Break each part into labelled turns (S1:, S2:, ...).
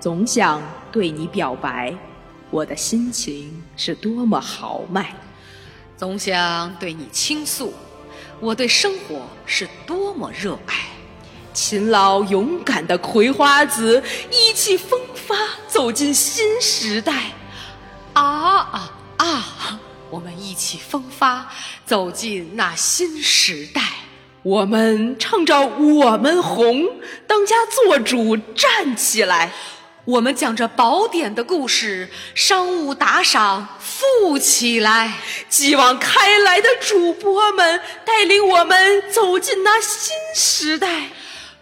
S1: 总想对你表白，我的心情是多么豪迈。
S2: 总想对你倾诉，我对生活是多么热爱。
S1: 勤劳勇敢的葵花籽，意气风发，走进新时代。
S2: 啊啊啊！我们意气风发，走进那新时代。
S1: 我们唱着我们红，当家做主站起来。
S2: 我们讲着宝典的故事，商务打赏富起来。
S1: 继往开来的主播们，带领我们走进那新时代。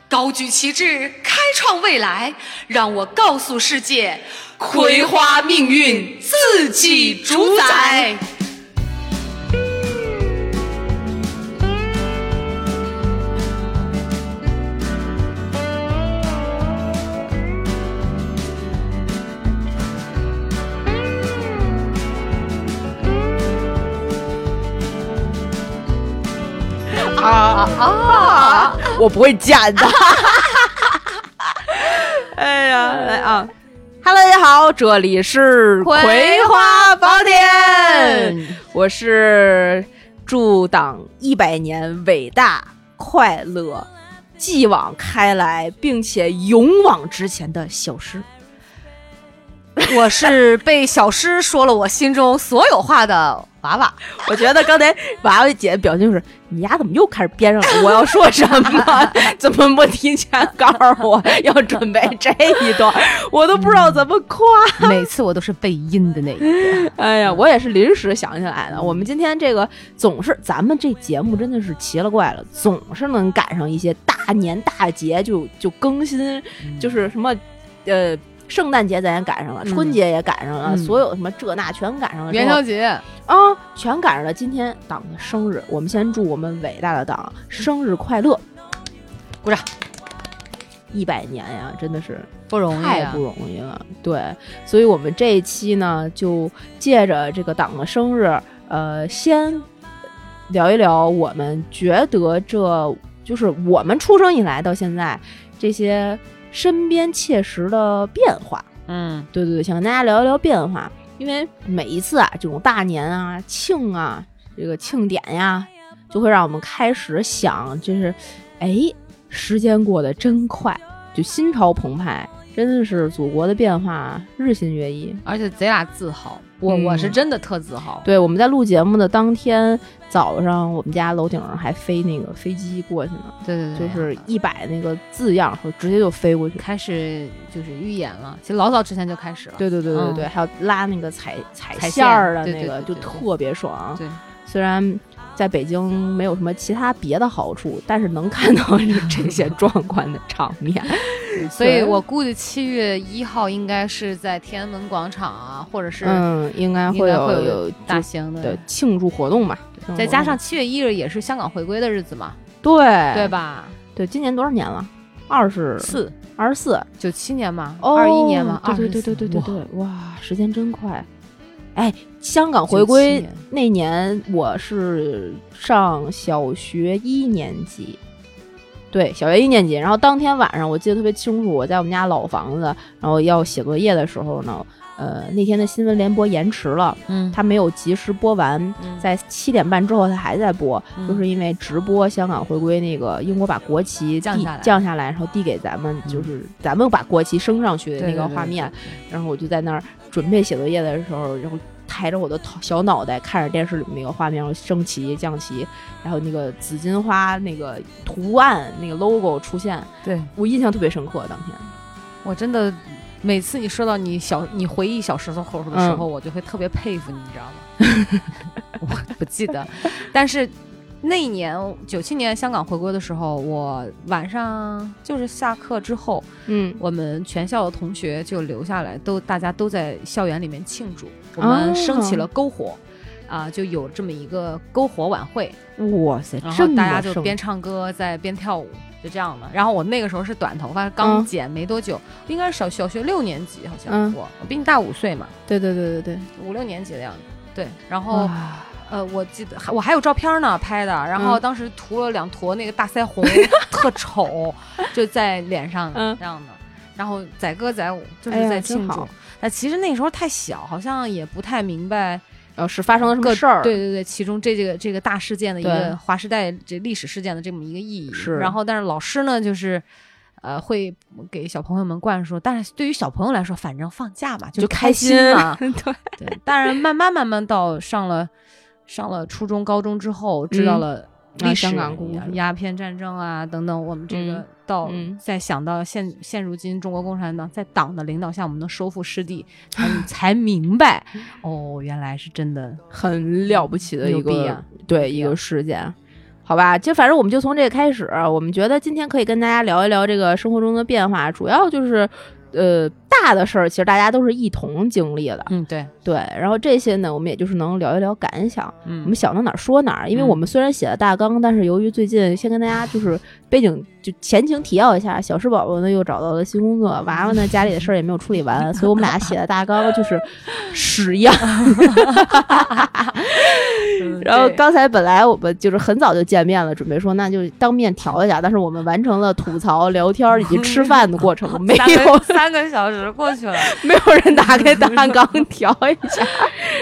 S2: 高举旗帜，开创未来！让我告诉世界，
S1: 葵花命运自己主宰。
S3: 啊啊！我不会剪的。 哎呀，来啊！Hello，大家好，这里是《葵花宝典》，我是祝党一百年伟大、快乐、继往开来，并且勇往直前的小诗。
S2: 我是被小诗说了我心中所有话的娃娃。
S3: 我觉得刚才娃娃姐的表情就是：“你丫怎么又开始编上了？我要说什 么？ 怎么不提前告诉我要准备这一段？我都不知道怎么夸。
S4: 每次我都是被阴的那一个。
S3: 哎呀，我也是临时想起来的。我们今天这个总是，咱们这节目真的是奇了怪了，总是能赶上一些大年大节就就更新，
S4: 嗯
S3: 就是什么呃。圣诞节咱也赶上了，春节也赶上了，
S4: 嗯
S3: 所有什么这那全赶上了。
S4: 元宵节，
S3: 啊，全赶上了今天党的生日，我们先祝我们伟大的党生日快乐，
S4: 嗯鼓掌！
S3: 一百年呀，真的是
S4: 不容易、
S3: 太
S4: 啊
S3: 不。容易了。对，所以我们这一期呢，就借着这个党的生日，呃，先聊一聊我们觉得这就是我们出生以来到现在这些身边切实的变化。
S4: 嗯，
S3: 对对对，想跟大家聊一聊变化，因为每一次啊，这种大年啊、庆啊、这个庆典呀、就会让我们开始想，就是，哎，时间过得真快，就心潮澎湃，真的是祖国的变化日新月异。
S4: 而且贼俩自豪，我、
S3: 嗯
S4: 我是真的特自豪。
S3: 对，我们在录节目的当天早上，我们家楼顶上还飞那个飞机过去呢，
S4: 对对
S3: 就
S4: 对，
S3: 是一摆那个字样，说直接就飞过去。
S4: 开始就是预演了，其实老早之前就开始了。
S3: 对对对对
S4: 嗯
S3: 对，还有拉那个彩彩
S4: 彩
S3: 线儿的
S4: 线对
S3: 那
S4: 对
S3: 个，
S4: 对
S3: 就
S4: 对对
S3: 特别爽。
S4: 对
S3: 虽然在北京没有什么其他别的好处，但是能看到 是这些壮观的场面。
S4: 所以我估计七月一号应该是在天安门广场啊，或者是
S3: 嗯，应该
S4: 应
S3: 会
S4: 该
S3: 有
S4: 会
S3: 有
S4: 大
S3: 就
S4: 型的
S3: 的。庆祝活动吧。庆祝
S4: 再
S3: 活
S4: 加
S3: 动
S4: 上七月一日也是香港回归的日子嘛，
S3: 对
S4: 对吧？
S3: 对，今年多少年了？二十
S4: 四
S3: 二十四，
S4: 九七年嘛，
S3: 哦
S4: 二一年嘛，
S3: 对对对
S4: 24
S3: 对对对
S4: 哇
S3: 对，哇，时间真快。哎，香港回归
S4: 97年
S3: 那年，我是上小学一年级，对，小学一年级。然后当天晚上，我记得特别清楚，我在我们家老房子，然后要写作业的时候呢，呃，那天的新闻联播延迟了，
S4: 嗯，
S3: 它没有及时播完，
S4: 嗯
S3: 在七点半之后它还在播，
S4: 嗯
S3: 就是因为直播香港回归那个英国把国旗
S4: 降
S3: 递
S4: 下来嗯
S3: 降下来，然后递给咱们，就是咱们把国旗升上去的那
S4: 对
S3: 个
S4: 对对
S3: 画面，然后我就在那儿准备写作业的时候，然后抬着我的头小脑袋看着电视里那个画面，然后升旗降旗，然后那个紫金花那个图案那个 logo 出现，
S4: 对
S3: 我印象特别深刻。当天，
S4: 我真的每次你说到你小你回忆小时候的时候，我就会特别佩服你，你知道吗？我不记得，但是那一年九七年香港回归的时候，我晚上就是下课之后，
S3: 嗯，
S4: 我们全校的同学就留下来，都大家都在校园里面庆祝，我们升起了篝火。啊，就有这么一个篝火晚会，
S3: 哇塞，
S4: 然后
S3: 这么
S4: 大家就
S3: 盛
S4: 边唱歌在边跳舞，就这样的。然后我那个时候是短头发，刚
S3: 嗯
S4: 剪没多久，应该是小小学六年级，好像、
S3: 嗯
S4: 我我比你大五岁嘛，
S3: 对对对对对，
S4: 五六年级的样子。对，然后、
S3: 哇。
S4: 呃，我记得还我还有照片呢拍的，然后
S3: 嗯
S4: 当时 涂了两坨那个大腮红，特丑，就在脸上
S3: 嗯
S4: 这样的。然后载歌载舞，就是
S3: 哎呀
S4: 在
S3: 真
S4: 庆祝
S3: 好。
S4: 那、其实那时候太小，好像也不太明白
S3: 呃，是发生了什么
S4: 各
S3: 事儿？
S4: 对，对对，其中这这个这个大事件的一
S3: 对
S4: 个划时代这历史事件的这么一个意义。
S3: 是
S4: 然后但是老师呢，就是呃会给小朋友们灌输，但是对于小朋友来说，反正放假嘛，
S3: 就
S4: 开
S3: 心。
S4: 嘛
S3: 啊对，
S4: 对，当然慢慢慢慢到上了上了初中、高中之后，知道了历史、
S3: 嗯啊香港故事
S4: 鸦片战争啊等等，我们这个
S3: 嗯
S4: 到、
S3: 嗯
S4: 再想到现现如今中国共产党在党的领导下，我们能收复失地， 才才明白哦，原来是真的。
S3: 很了不起的一
S4: 牛逼
S3: 个、
S4: 啊
S3: 对一
S4: 啊
S3: 个事件。好吧，就反正我们就从这个开始，我们觉得今天可以跟大家聊一聊这个生活中的变化，主要就是，呃，大的事儿其实大家都是一同经历的，
S4: 嗯，对，
S3: 对。然后这些呢，我们也就是能聊一聊感想，我
S4: 嗯
S3: 们想到哪儿说哪儿，因为
S4: 嗯
S3: 我们虽然写了大纲，但是由于最近先跟大家就是背景就前情提要一下，小狮宝宝呢又找到了新工作，娃娃呢家里的事儿也没有处理完，所以我们俩写的大纲就是屎一样。
S4: 嗯
S3: 然后刚才本来我们就是很早就见面了，准备说那就当面调一下，但是我们完成了吐槽、聊天以及吃饭的过程，没
S4: 三
S3: 有
S4: 个三个小时过去了，
S3: 没有人打开大纲调一下，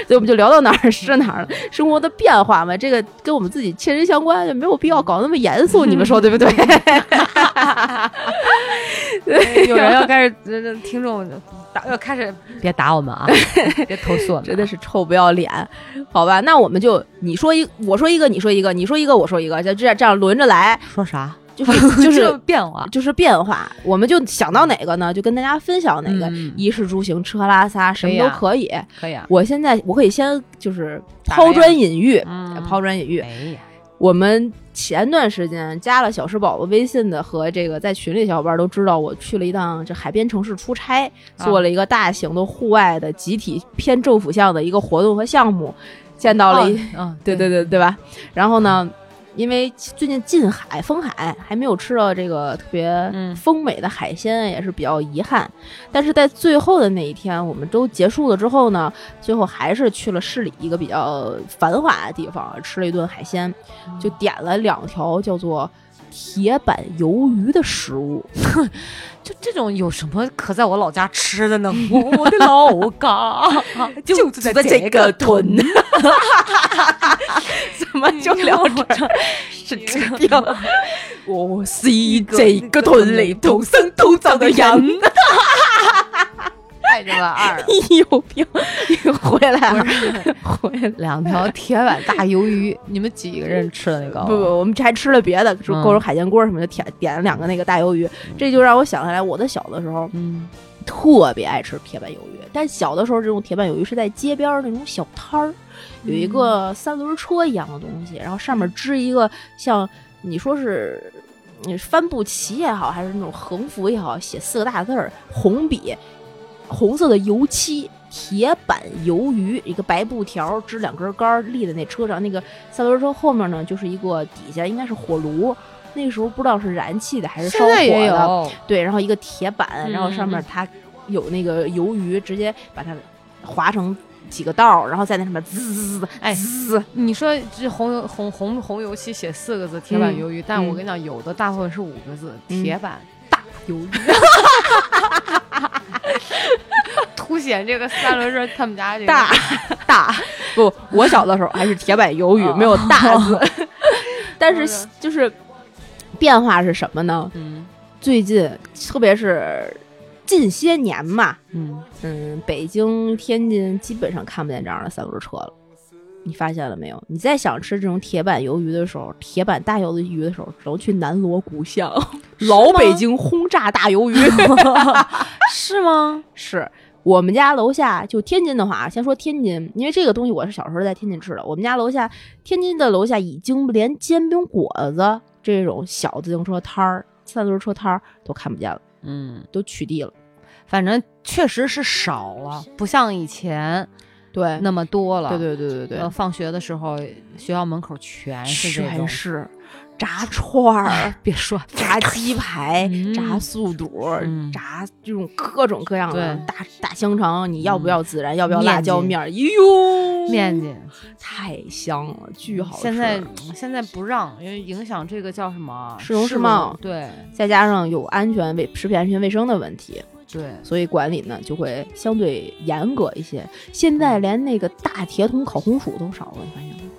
S3: 所以我们就聊到哪儿是哪儿了。生活的变化嘛，这个跟我们自己切身相关，就没有必要搞那么严肃，你们说对不对？
S4: 哎有人要开始，这这听众打要开始， 别打我们啊，别投诉我们啊，
S3: 真的是臭不要脸，好吧？那我们就你说一，我说一个，你说一个，你说一个，我说一个，就这样这样轮着来，
S4: 说 啥？
S3: 就是就
S4: 这
S3: 是。
S4: 啊 变化，
S3: 就是变化，我们就想到哪个呢，就跟大家分享哪个，
S4: 嗯
S3: 衣食住行、吃喝拉撒什么
S4: 可以
S3: 都
S4: 啊
S3: 可以。
S4: 可以啊。
S3: 我现在我可以先就是
S4: 打
S3: 抛
S4: 个样
S3: 砖引玉，
S4: 嗯
S3: 抛砖引玉。
S4: 哎呀，
S3: 我们前段时间加了小石宝宝微信的和这个在群里的小伙伴都知道，我去了一趟这海边城市出差，
S4: 啊
S3: 做了一个大型的户外的集体偏政府项的一个活动和项目，见到了一、
S4: 嗯，
S3: 对对对对吧？然后呢，因为最近近海封海还没有吃到这个特别
S4: 嗯
S3: 丰美的海鲜，也是比较遗憾。但是在最后的那一天，我们都结束了之后呢，最后还是去了市里一个比较繁华的地方，吃了一顿海鲜，就点了两条叫做。铁板鱿鱼的食物，
S4: 就这种有什么可在我老家吃的呢？我的老 家就在个
S3: 屯， 怎么就聊
S4: 嗯
S3: 这儿
S4: 神
S3: 这样， 我是一这个屯里土生土长的人。
S4: 太他妈二了。
S3: 你有病！你回来啊！回来！
S4: 两条铁板大鱿鱼， 你们几个人吃的那个？
S3: 不不，，我们这还吃了别的，说
S4: 啊嗯
S3: 各种海鲜锅什么的，点点了两个那个大鱿鱼，这就让我想起来，我的小的时候
S4: 嗯，
S3: 特别爱吃铁板鱿鱼，但小的时候这种铁板鱿鱼是在街边儿那种小摊儿，有
S4: 嗯
S3: 一个三轮车一样的东西，然后上面支一个像你说是。嗯帆布旗也好，还是那种横幅也好，写四个大字儿，红笔，红色的油漆，铁板鱿鱼，一个白布条支两根杆儿立在那车上，那个三轮车后面呢，就是一个底下应该是火炉，那个时候不知道是燃气的还是烧
S4: 现
S3: 火
S4: 在也
S3: 的，
S4: 有，
S3: 对，然后一个铁板，
S4: 嗯
S3: 然后上面它有那个鱿鱼，直接把它划成几个道儿，然后在那上面滋滋滋，
S4: 哎
S3: 滋，
S4: 你说这红油红红红油漆写四个字铁板鱿鱼，但
S3: 嗯
S4: 我跟你讲，有的大部分是五个字，
S3: 嗯
S4: 铁板大鱿鱼， 凸显这个三轮车他们家这个
S3: 大大 哦不，我小的时候还是铁板鱿鱼，没有大 字，但是就是变化是什么呢？
S4: 嗯
S3: 最近特别是近些年嘛，
S4: 嗯，
S3: 嗯，北京、天津基本上看不见这样的三轮车了。你发现了没有？你在想吃这种铁板鱿鱼的时候，铁板大鱿鱼的时候，只能去南锣鼓巷，老北京轰炸大鱿鱼。
S4: 是吗？
S3: 是我们家楼下，就天津的话，啊先说天津，因为这个东西我是小时候在天津吃的。我们家楼下，天津的楼下已经连煎饼果子这种小自行车摊儿、三轮车摊儿都看不见了，
S4: 嗯，
S3: 都取缔了。
S4: 反正确实是少了，不像以前
S3: 对，
S4: 那么多了。
S3: 对对对对对，
S4: 呃，放学的时候，学校门口全是这
S3: 全
S4: 种。啊
S3: 是。炸串儿、
S4: 别说，
S3: 炸鸡排、
S4: 嗯
S3: 炸素肚、
S4: 嗯
S3: 炸这种各种各样的
S4: 对嗯
S3: 大大香肠，你要不要孜然？要不要辣
S4: 面
S3: 椒
S4: 筋
S3: 面儿？哟，
S4: 面筋
S3: 太香了，巨好吃。
S4: 现在嗯现在不让，因为影响这个叫什么
S3: 市容市貌
S4: 对
S3: 再加上有安全卫食品安全卫生的问题，
S4: 对，
S3: 所以管理呢就会相对严格一些。现在连那个大铁桶烤红薯都少了，你发现吗？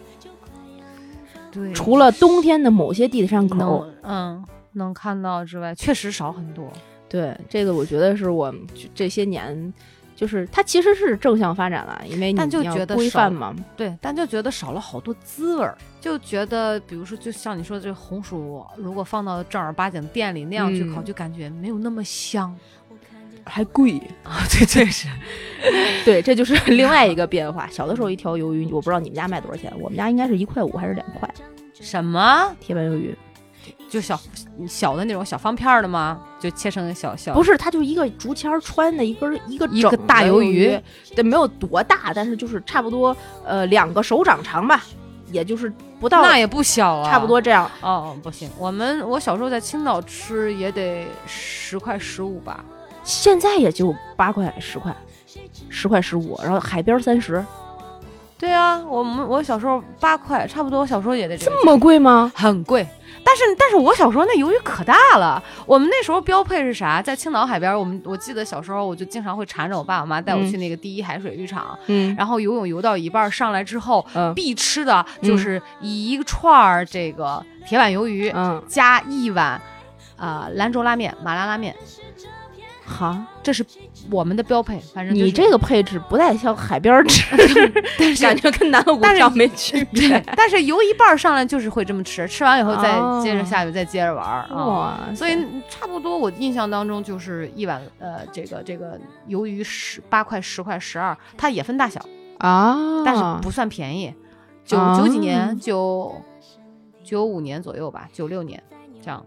S4: 对，
S3: 除了冬天的某些地铁站口，
S4: 能嗯能看到之外，确实少很多。
S3: 对这个我觉得是我这些年。就是它其实是正向发展了，因为你
S4: 但就
S3: 要
S4: 觉得
S3: 规
S4: 少
S3: 范嘛，
S4: 对，但就觉得少了好多滋味儿，就觉得比如说，就像你说的这个红薯，如果放到正儿八经店里那样去烤，
S3: 嗯
S4: 就感觉没有那么香。
S3: 还 贵啊！对，这是对，这就是另外一个变化。小的时候一条鱿鱼，我不知道你们家卖多少钱，我们家应该是一块五还是两块
S4: 什么？
S3: 铁板鱿鱼，
S4: 就小小的那种小方片儿的吗？就切成小小
S3: 不是，它就一个竹签儿穿的一根儿一个
S4: 嗯一
S3: 整
S4: 个大
S3: 的
S4: 鱿
S3: 鱿
S4: 鱼，
S3: 对，没有多大，但是就是差不多呃两个手掌长吧，也就是不到
S4: 那也不小啊，
S3: 差不多这样。
S4: 哦，不行，我们我小时候在青岛吃也得十块十五吧，
S3: 现在也就八块十块，十块十五，然后海边三十，
S4: 对啊，我们我小时候八块，差不多，我小时候也得这个
S3: 这么贵吗？
S4: 很贵。但是但是我小时候那鱿鱼可大了，我们那时候标配是啥？在青岛海边，我们我记得小时候我就经常会缠着我爸我妈带我去那个第一海水浴场，
S3: 嗯
S4: 然后游泳游到一半儿上来之后，
S3: 嗯
S4: 必吃的就是一串儿这个铁板鱿鱼，
S3: 嗯，
S4: 加一碗呃兰州拉面、麻辣拉面，
S3: 好，
S4: 这是我们的标配。反正、就是、
S3: 你这个配置不太像海边 吃，
S4: 但是
S3: 感 觉跟南锣鼓
S4: 但是
S3: 巷没区别
S4: 对。，但是游一半儿上来就是会这么吃，吃完以后再
S3: 哦
S4: 接着下去，再接着玩儿啊。
S3: 哇
S4: 所以差不多，我印象当中就是一碗呃，这个这个鱿鱼十八块、十块、十二，它也分大小，
S3: 啊，
S4: 但是不算便宜。九
S3: 啊
S4: 九几年，九九五年左右吧，九六年这样，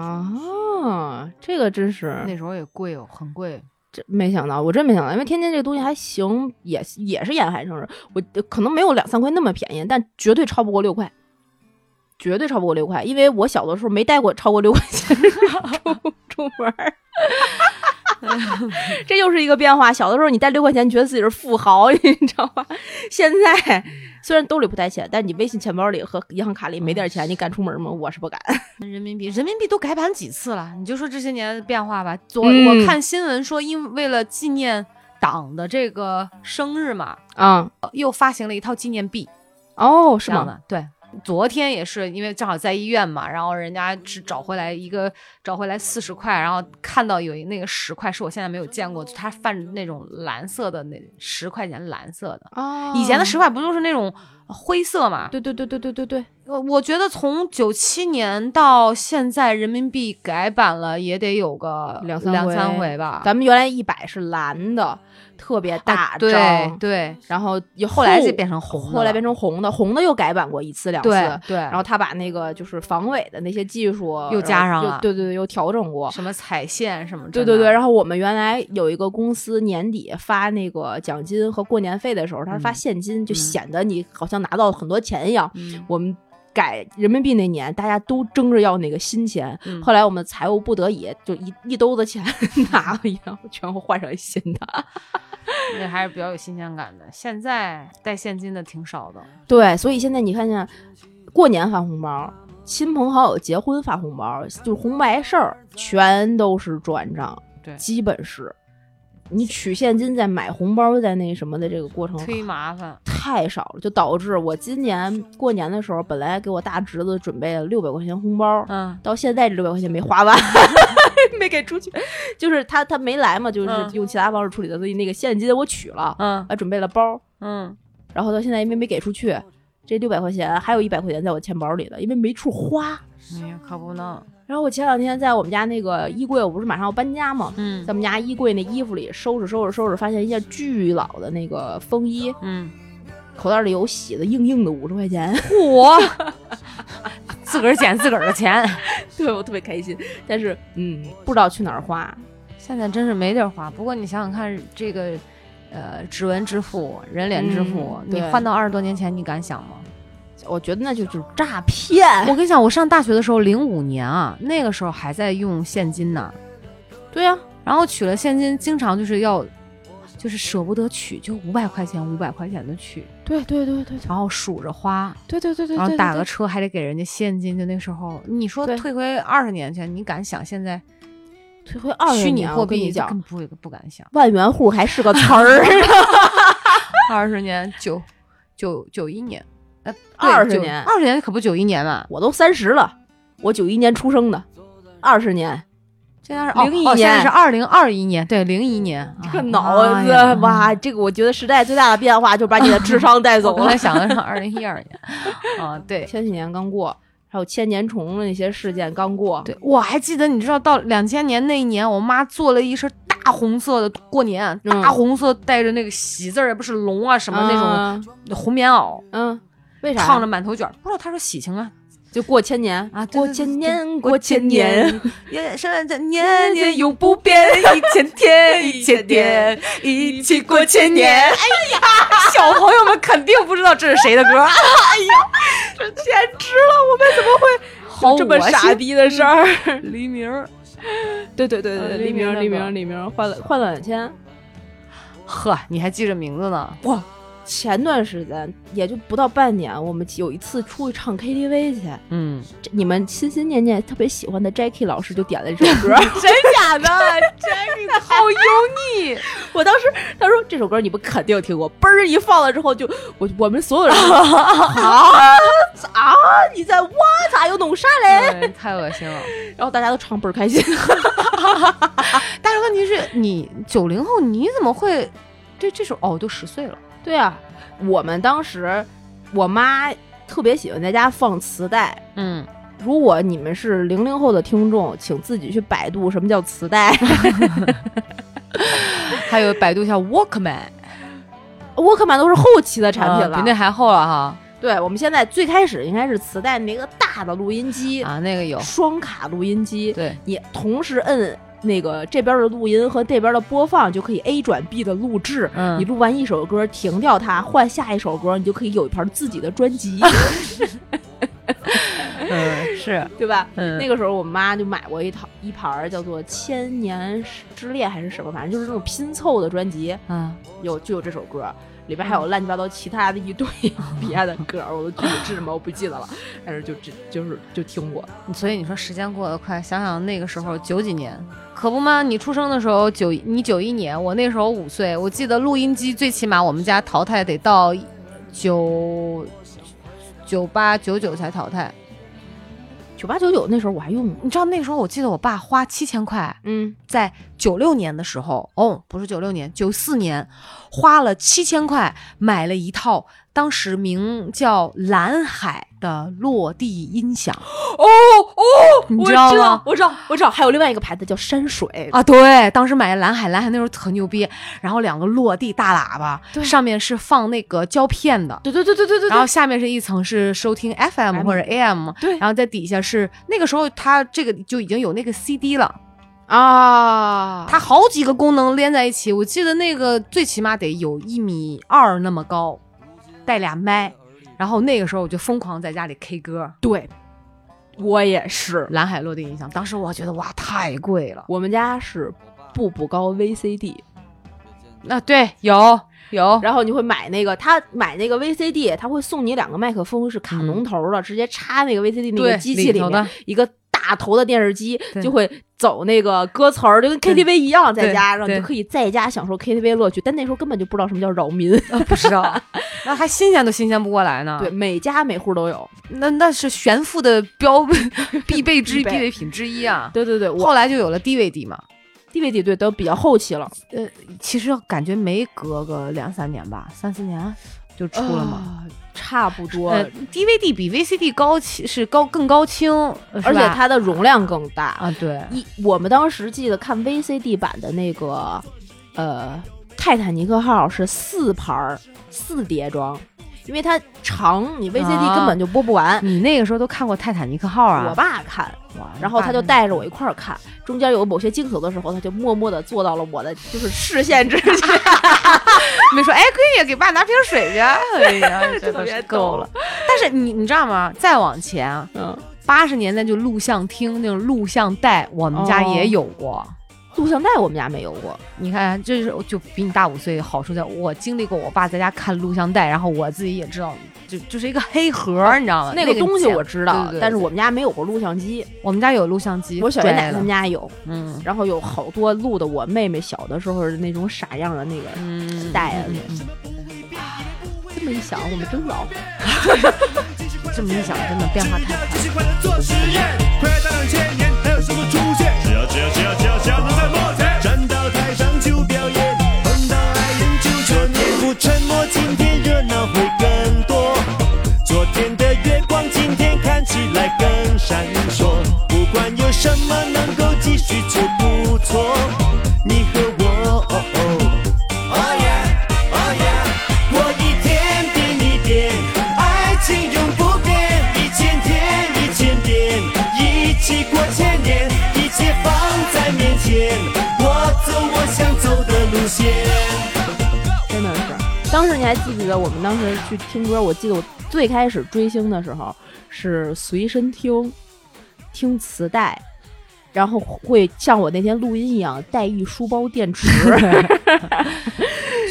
S3: 啊，这个真是
S4: 那时候也贵哦，很贵。
S3: 这没想到，我真没想到，因为天津这个东西还行，也也是沿海城市，我呃可能没有两三块那么便宜，但绝对超不过六块，绝对超不过六块，因为我小的时候没带过超过六块钱 出出门儿。 这又是一个变化。小的时候你带六块钱，觉得自己是富豪，你 知道吗？现在虽然兜里不带钱，但你微信钱包里和银行卡里没点钱，你敢出门吗？我是不敢。
S4: 人民币，人民币都改版几次了？你就说这些年的变化吧。昨、
S3: 嗯
S4: 我看新闻说，因为了纪念党的这个生日嘛，
S3: 啊、
S4: 又发行了一套纪念币，
S3: 哦，是
S4: 嗯这样
S3: 吗？
S4: 的。对，昨天也是因为正好在医院嘛，然后人家只找回来一个，找回来四十块，然后看到有一那个十块是我现在没有见过，就它泛那种蓝色的那十块钱蓝色的，
S3: 啊
S4: 以前的十块不都是那种灰色嘛？
S3: 对对对对对对对，
S4: 我呃我觉得从九七年到现在，人民币改版了也得有个
S3: 两三
S4: 三
S3: 回
S4: 回吧。
S3: 咱们原来一百是蓝的，特别大
S4: 啊
S3: 张，
S4: 对对，
S3: 然后以后
S4: 后来就变成红的了，
S3: 后来变成红的，红的又改版过一次两次，
S4: 对对，
S3: 然后他把那个就是防伪的那些技术
S4: 又加
S3: 然后
S4: 上
S3: 又
S4: 了
S3: 对对对，又调整过。
S4: 什么彩线什么
S3: 对
S4: 这那的，
S3: 对对，然
S4: 后
S3: 后我们原来有一个公司年底发那个奖金和过年费的时候，他是发
S4: 嗯
S3: 现金，就
S4: 嗯
S3: 显得你好像拿到了很多钱一样。我们改人民币那年，大家都争着要那个新钱，
S4: 嗯
S3: 后来我们财务不得已就一一兜子钱拿了一样，全部换上一新 的。
S4: 那还是比较有新鲜感的。现在带现金的挺少的，
S3: 对，所以现在你看见过年发红包，亲朋好友结婚发红包，就是红白事儿，全都是转账，
S4: 对
S3: 基本是。你取现金再买红包再那什么的这个过程
S4: 忒麻烦。
S3: 太少了，就导致我今年过年的时候，本来给我大侄子准备了六百块钱红包，
S4: 嗯，
S3: 到现在这六百块钱没花完， 没给出去，就是他他没来嘛，就是
S4: 嗯
S3: 用其他方式处理的，所以那个现金我取了，啊
S4: 嗯
S3: 还准备了包，
S4: 嗯，
S3: 然后到现在因为没给出去，这六百块钱还有一百块钱在我钱包里的，因为没处花。
S4: 哎呀，可不呢。
S3: 然后我前两天在我们家那个衣柜，我不是马上要搬家吗？
S4: 嗯
S3: 在我们家衣柜那衣服里收拾收拾收拾，发现一件巨老的那个风衣，
S4: 嗯，
S3: 口袋里有洗的硬硬的五十块钱，
S4: 我 自个儿捡自个儿的钱，
S3: 对我特别开心。但是嗯，不知道去哪儿花。
S4: 现在真是没地儿花。不过你想想看，这个呃，指纹支付、人脸支付，
S3: 嗯
S4: 你
S3: 对
S4: 换到二十多年前，你敢想吗？
S3: 我觉得那就是诈骗。
S4: 我跟你讲，我上大学的时候，零五年啊，那个时候还在用现金呢，
S3: 对啊呀、
S4: 然后取了现金，经常就是要，就是舍不得取，就五百块钱、五百块钱的取，
S3: 对对对对
S4: 然后数着花，
S3: 对对对对
S4: 然后
S3: 对，
S4: 打个车还得给人家现金。就那时候，你说
S3: 对
S4: 退回二十年前，你敢想现在
S3: 退回二
S4: 虚拟
S3: 我
S4: 货
S3: 跟
S4: 币
S3: 你
S4: 就
S3: 讲。
S4: 更，不不敢想
S3: 万元户还是个词 儿。
S4: 二十年九九九一年，呃，
S3: 20年
S4: 二十年可不九一年嘛，
S3: 我都三十了，我九一年出生的，二十
S4: 哎
S3: 年，
S4: 这家是哦
S3: 01
S4: 哦，现在
S3: 年嗯
S4: 是二零二一年，对，零一年。
S3: 这个
S4: 啊
S3: 脑子、
S4: 妈呀
S3: 哇，这个我觉得时代最大的变化就把你的智商带
S4: 我
S3: 走
S4: 刚才
S3: 了。
S4: 想的是二零一二年，啊，对
S3: 前几年刚过，还有千年虫的那些事件刚过，
S4: 对，我还记得，你知道到两千年那一年，我妈做了一身大红色的过年，啊
S3: 嗯
S4: 大红色带着那个喜字儿，也不是龙啊什么那
S3: 种，
S4: 种红棉袄，
S3: 嗯，为啥呀？
S4: 烫着满头卷儿，不知道她说喜庆啊
S3: 就过千年
S4: 啊，对
S3: 过
S4: 对
S3: 千
S4: 对
S3: 年，
S4: 过
S3: 过
S4: 千
S3: 千
S4: 年
S3: 年，，
S4: 也是这年年永不变，一千 天一千天，一起过千年。哎呀，小朋友们肯定不知道这是谁的歌，
S3: 简直了！我们怎么会
S4: 好
S3: 这么
S4: 恶心
S3: 傻逼的事 儿？
S4: 黎明儿，
S3: 对对对
S4: 呃
S3: 对，
S4: 黎
S3: 黎
S4: 明
S3: 明
S4: 那
S3: 黎
S4: 个
S3: 明黎明，换了换了两千。
S4: 呵，你还记着名字呢？
S3: 前段时间也就不到半年，我们有一次出去唱 KTV 去，
S4: 嗯，
S3: 这你们心心念念特别喜欢的 Jackie 老师就点了这首 歌，真假的？Jackie 好油腻！我当时他说这首歌你们肯定听过，嘣儿一放了之后就我我们所有人 都啊啊！你在哇咋又弄啥嘞？
S4: 嗯太恶心了。
S3: 然后大家都唱倍儿开心。
S4: 但是问题是你九零后，你怎么会对这首哦都十岁了？
S3: 对啊，我们当时我妈特别喜欢在家放磁带，
S4: 嗯，
S3: 如果你们是零零后的听众，请自己去百度什么叫磁带。
S4: 还有百度一下 Walkman
S3: 沃克曼都是后期的产品了。
S4: 啊比那还厚了哈
S3: 对，我们现在最开始应该是磁带那个大的录音机，
S4: 啊，那个有
S3: 双卡录音机，
S4: 对
S3: 你同时摁那个这边的录音和这边的播放，就可以 A 转 B 的录制。
S4: 嗯
S3: 你录完一首歌，停掉它，换下一首歌，你就可以有一盘自己的专 辑，
S4: 嗯是
S3: 对吧？
S4: 嗯
S3: 那个时候，我妈就买过一套一盘儿叫做《千年之恋》还是什么，反正就是那种拼凑的专辑。
S4: 啊
S3: 有就有这首歌，里边还有乱七八糟其他的一堆 别的歌，我都具体是什么我不记得了，但是就只就是就听过。
S4: 所以你说时间过得快，想想那个时候九几年，可不嘛？你出生的时候九你九一年，我那时候五岁，我记得录音机最起码我们家淘汰得到九九八九九才淘汰。
S3: 九八九九那时候我还用，
S4: 你知道那时候我记得我爸花七千块
S3: 嗯，
S4: 在九六年的时候，哦，不是九六年，九四年，花了七千块买了一套当时名叫蓝海的落地音响
S3: 哦哦，
S4: 你
S3: 我
S4: 知
S3: 知
S4: 道吗
S3: 我知道，我知道，还有另外一个牌子叫山水，
S4: 啊，对，当时买了蓝海，蓝海那时候很牛逼，然后两个落地大喇叭，
S3: 对
S4: 上面是放那个胶片的。
S3: 对对对对对对
S4: 然后下面是一层是收听 FM 或者 AM，
S3: 对
S4: 然后在底下是那个时候它这个就已经有那个 CD 了，
S3: 啊，
S4: 它好几个功能连在一起，我记得那个最起码得有一米二那么高，带俩麦。然后那个时候我就疯狂在家里 K 歌，
S3: 对，我也是，
S4: 蓝海落地音响。当时我觉得哇，太贵了。
S3: 我们家是步步高 VCD，
S4: 那、对，有有，
S3: 然后你会买那个，他买那个 VCD，他会送你两个麦克风，是卡农头的，直接插那个 VCD 那
S4: 嗯对
S3: 个机器
S4: 里
S3: 里
S4: 头的
S3: 面，一个大头的电视机
S4: 对
S3: 就会走那个歌词儿，就跟 KTV 一样，在家，
S4: 对
S3: 然后你就可以在家享受 KTV 乐趣。但那时候根本就不知道什么叫扰民，
S4: 啊不知道， 那还新鲜都新鲜不过来呢。
S3: 对，，每家每户都有。
S4: 那那是炫富的标 必备之
S3: 必
S4: 一、必
S3: 备
S4: 备品之一啊。
S3: 对对对，我
S4: 后来就有了 DVD 嘛，
S3: DVD 对都比较后期了，
S4: 呃，其实感觉没隔个两三年吧，三四年啊就出了嘛。
S3: 啊，差不多，
S4: 呃，DVD 比 VCD 高清是高更高清，呃是
S3: 而且
S4: 吧
S3: 它的容量更大。
S4: 啊，对，
S3: 一我们当时记得看 VCD 版的那个，呃，《泰坦尼克号》是四盘儿四碟装，因为它长，你 VCD
S4: 啊
S3: 根本就播不完。
S4: 你那个时候都看过《泰坦尼克号》啊？
S3: 我爸看，
S4: 哇，
S3: 然后他就
S4: 带。
S3: 带着我一块儿看，中间有某些镜头的时候，他就默默的坐到了我的就是视线之 间。
S4: 没说，哎，闺女，给爸拿瓶水去。哎 呀，真
S3: 特
S4: 的
S3: 别
S4: 是
S3: 逗
S4: 够了。但是你你知道吗？再往前啊，
S3: 嗯，
S4: 八十年代就录像厅那种录像带，我们家
S3: 哦
S4: 也有过。
S3: 录像带我们家没有过，
S4: 你看，这是就比你大五岁，好处在我经历过我爸在家看录像带，然后我自己也知道，就就是一个黑盒，你知道吗？
S3: 那
S4: 个
S3: 个东西
S4: 剪
S3: 我知道
S4: 对对，对
S3: 但是我们家没有过录像机。
S4: 我们家有录像机，
S3: 我小
S4: 对
S3: 姨奶奶他
S4: 了
S3: 们家有，
S4: 嗯
S3: 然后有好多录的我妹妹小的时候那种傻样的那个
S4: 嗯
S3: 带子
S4: 嗯。嗯
S3: 啊这么一想，我们真老。
S4: 这么一想，真的变化太大。
S5: 继续快乐做实验，快要到两千年，还有什么出现？只要只要只要只要想能在墨前，站到台上就表演，碰到爱人就遮面，不沉默，今天热闹会更多。昨天的月光，今天看起来更闪烁。不管有什么能够继续就不错，你和我。哦哦 Oh yeah, oh yeah，我一天变一点，爱情永不变，一千天一千点，一起过千年，一切放在面前，我走我想走的路线。
S3: 真的是。当时你还记不记得我们当时去听歌？我记得我最开始追星的时候是随身听，听磁带，然后会像我那天录音一样带一书包电池。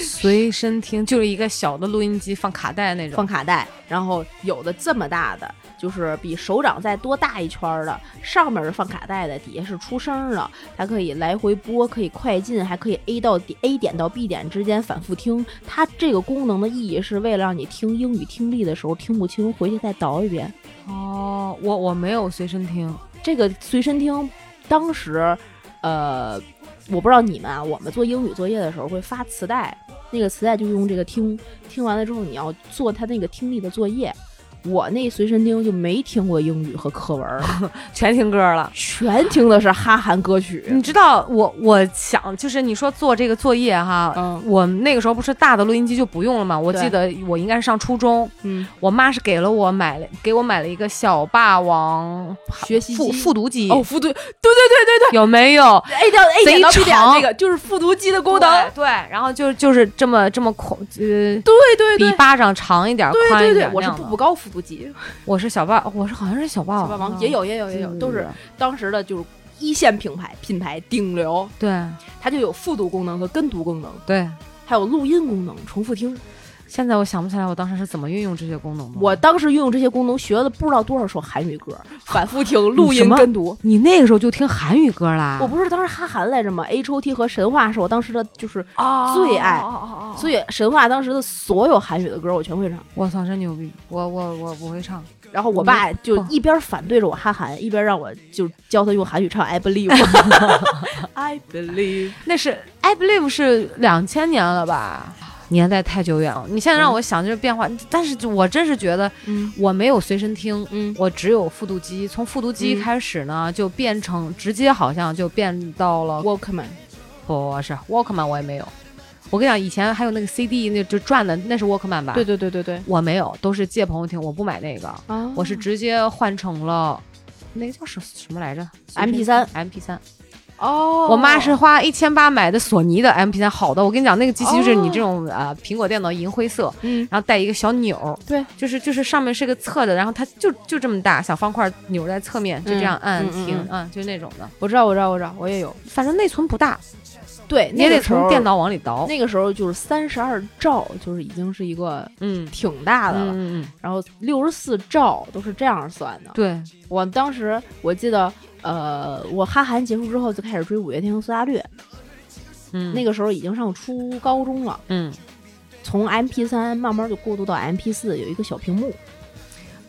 S4: 随身听就是一个小的录音机，放卡带那种，
S3: 放卡带，然后有的这么大的，就是比手掌再多大一圈儿的，上面是放卡带的，底下是出声儿的，它可以来回播，可以快进，还可以 A 到 D A 点到 B 点之间反复听。它这个功能的意义是为了让你听英语听力的时候听不清，回去再倒一遍。
S4: 哦，我我没有随身听，
S3: 这个随身听，当时，呃，我不知道你们啊，我们做英语作业的时候会发磁带，那个磁带就用这个听，听完了之后你要做他那个听力的作业。我那随身听就没听过英语和课文 儿，
S4: 全听歌了。
S3: 全听的是哈韩歌曲
S4: 你。知道我我想就是你说做这个作业哈，
S3: 嗯
S4: 我们那个时候不是大的录音机就不用了嘛？我
S3: 对
S4: 记得我应该是上初中，
S3: 嗯，
S4: 我妈是给了我买了给我买了一个小霸王
S3: 学习
S4: 复
S3: 机
S4: 复读机，
S3: 哦，复读，对对对
S4: 有 没有？
S3: 对对，A 到 A 点到
S4: 贼
S3: B 点
S4: 长
S3: 那个就是复读机的功能
S4: 对。对，然后就就是这么这么宽，呃，
S3: 对对
S4: 比
S3: 对
S4: 巴掌长一点，
S3: 对
S4: 宽一
S3: 对
S4: 点
S3: 对，我
S4: 那
S3: 是
S4: 样
S3: 步
S4: 的
S3: 步高复读机，
S4: 我是小霸，我是好像是小霸
S3: 小霸
S4: 王
S3: 王
S4: 啊，
S3: 也有也有也有，都是当时的就是一线品牌品牌顶流。
S4: 对
S3: 它就有复读功能和跟读功能，
S4: 对。
S3: 还有录音功能，重复
S4: 嗯
S3: 听。
S4: 现在我想不起来我当时是怎么运用这些功能的。
S3: 我当时运用这些功能，学了不知道多少首韩语歌，反复听、录
S4: 什
S3: 音、
S4: 么
S3: 跟读。
S4: 你那个时候就听韩语歌啦？
S3: 我不是当时哈韩来着吗？H O T 和神话是我当时的就是
S4: 啊
S3: 最爱
S4: 哦哦哦哦
S3: 所以神话当时的所有韩语的歌我全会唱。
S4: 我操，真牛逼！我我我不会唱，
S3: 然后我爸就
S4: 哦
S3: 一边反对着我哈韩，一边让我就教他用韩语唱 I believe。I believe。
S4: 那是 I believe 是两千年了吧？年代太久远了。你现在让我想这变化，但是就我真是觉得
S3: 嗯
S4: 我没有随身听，
S3: 嗯
S4: 我只有复读机。从复读机
S3: 嗯
S4: 开始呢，就变成直接好像就变到了
S3: ，Walkman。
S4: 不不是 Walkman，我也没有。我跟你讲，以前还有那个 CD，那就转的，那是 Walkman 吧？
S3: 对对对对对。
S4: 我没有，都是借朋友听，我不买那个。
S3: 啊
S4: 我是直接换成了那个叫什什么来着
S3: MP3
S4: MP 三。
S3: 哦
S4: 我妈是花一千八买的索尼的 MP 三，好的，我跟你讲，那个机器就是
S3: 哦
S4: 你这种、呃苹果电脑银灰色，
S3: 嗯
S4: 然后带一个小钮儿，
S3: 对，
S4: 就是就是上面是个侧的，然后它就就这么大，小方块扭在侧面，就这样按、
S3: 嗯嗯
S4: 停
S3: 嗯
S4: 啊、嗯，就是那种的。
S3: 我知道我知道我知道我也有。
S4: 反正内存不大，
S3: 对，
S4: 你也
S3: 那
S4: 得
S3: 个时候
S4: 从电。脑往里倒。
S3: 那个时候就是三十二兆，就是已经是一个
S4: 嗯，
S3: 挺大的了。
S4: 嗯嗯嗯，
S3: 然后六十四兆都是这样算的。
S4: 对，
S3: 我当时我记得，呃，我哈韩结束之后就开始追五月天和苏打绿，
S4: 嗯
S3: 那个时候已经上初高中了，
S4: 嗯
S3: 从 MP 三慢慢就过渡到 MP 四，有一个小屏幕。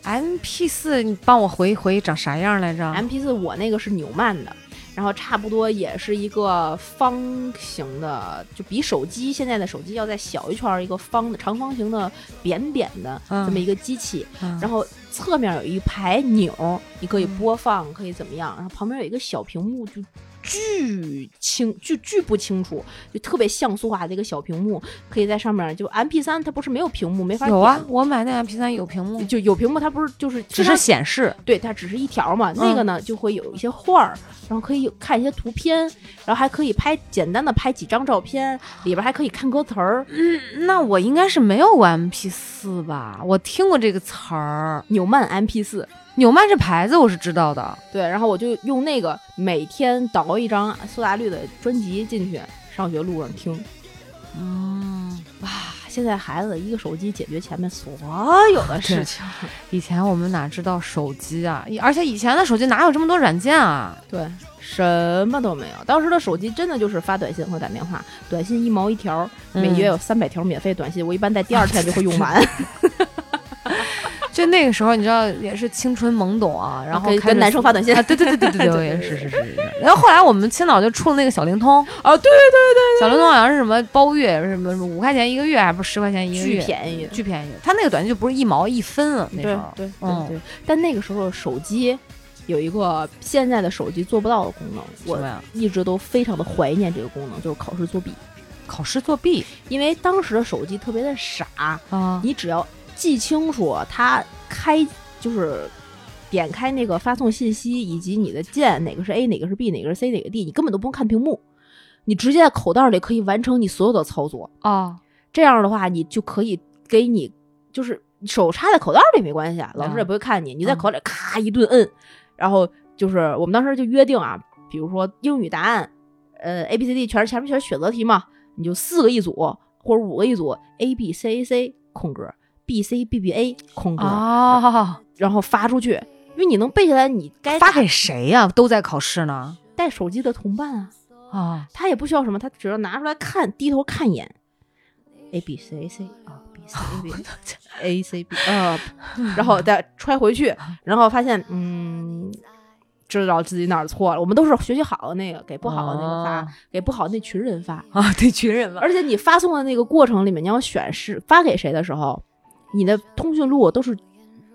S4: ，MP 四，你帮我回回长啥样来着？
S3: MP 四我那个是纽曼的。然后差不多也是一个方形的，就比手机现在的手机要再小一圈儿，一个方的长方形的扁扁的
S4: 嗯
S3: 这么一个机器。
S4: 嗯
S3: 然后侧面有一排钮，你可以播放，可以怎么样？然后旁边有一个小屏幕，就巨清，就巨不清楚，就特别像素化的一个小屏幕，可以在上面就 M P 三它不是没有屏幕，没法
S4: 有啊
S3: 点，，
S4: 我买那 MP 三有屏幕，
S3: 就有屏幕它不是就是
S4: 只
S3: 它
S4: 是显示。
S3: 对，它只是一条嘛。那个呢，就会有一些画儿，然后可以有看一些图片，然后还可以拍简单的拍几张照片，里边还可以看歌词儿。
S4: 那我应该是没有过 MP 四吧？我听过这个词儿，
S3: 纽曼 M P 四，
S4: 纽曼这牌子我是知道的。
S3: 对，然后我就用那个每天导一张苏打绿的专辑进去，上学路上听。
S4: 嗯，
S3: 哇，现在孩子一个手机解决前面所有的事情。
S4: 以前我们哪知道手机啊？以而且以前的手机哪有这么多软件啊？
S3: 对，什么都没有。当时的手机真的就是发短信和打电话，短信一毛一条，每
S4: 嗯
S3: 月有三百条免费短信，我一般在第二天就会用 完。
S4: 就那个时候，你知道也是青春懵懂啊，然后
S3: 可以
S4: 开
S3: 跟
S4: 始
S3: 男生发短信
S4: 啊，对对对 对对对，也是是是是。然后后来我们青岛就出了那个小 灵通，
S3: 哦，对
S4: 小灵通好像是什么包月，什么什么五块钱一个月，还不是十块钱一个
S3: 巨
S4: 月，
S3: 便宜。
S4: 巨便宜。它那个短信就不是一毛一分了，那时
S3: 对
S4: 候
S3: 对
S4: 嗯
S3: 对对，但那个时候手机有一个现在的手机做不到的功能，
S4: 什么
S3: 我
S4: 呀？
S3: 一直都非常的怀念这个功能，就是考试作弊。
S4: 考试作弊
S3: 因为当时的手机特别的傻，
S4: 啊，
S3: 你只要记清楚它开就是。点开那个发送信息以及你的键，哪个是 A，哪个是 B，哪个是 C，哪个 D，你根本都不用看屏幕，你直接在口袋里可以完成你所有的操作。
S4: 哦，
S3: 这样的话，你就可以给你就是手插在口袋里没关系，啊，老
S4: 嗯
S3: 师也不会看你。你在口袋里咔一顿摁，然后就是我们当时就约定啊，比如说英语答案，呃 A B C D 全是前面全是选择题嘛，你就四个一组或者五个一组，A B C A C 空格，B C B B A 空格，
S4: 哦，
S3: 然后发出去，因为你能背下来，你该
S4: 发给谁呀、都在考试呢。
S3: 带手机的同伴啊，
S4: 啊，
S3: 他也不需要什么，他只要拿出来看，低头看一眼，A
S4: 哎
S3: B C A C 啊，B
S4: 哦
S3: C A B A C B
S4: 呃
S3: 啊，然后再揣回去，然后发现嗯，知道自己哪儿错了。我们都是学习好的那个，给不好的那个发，
S4: 哦
S3: 给不好的那群人发。
S4: 啊，对群人了。
S3: 而且你发送的那个过程里面，你要选是发给谁的时候，你的通讯录都是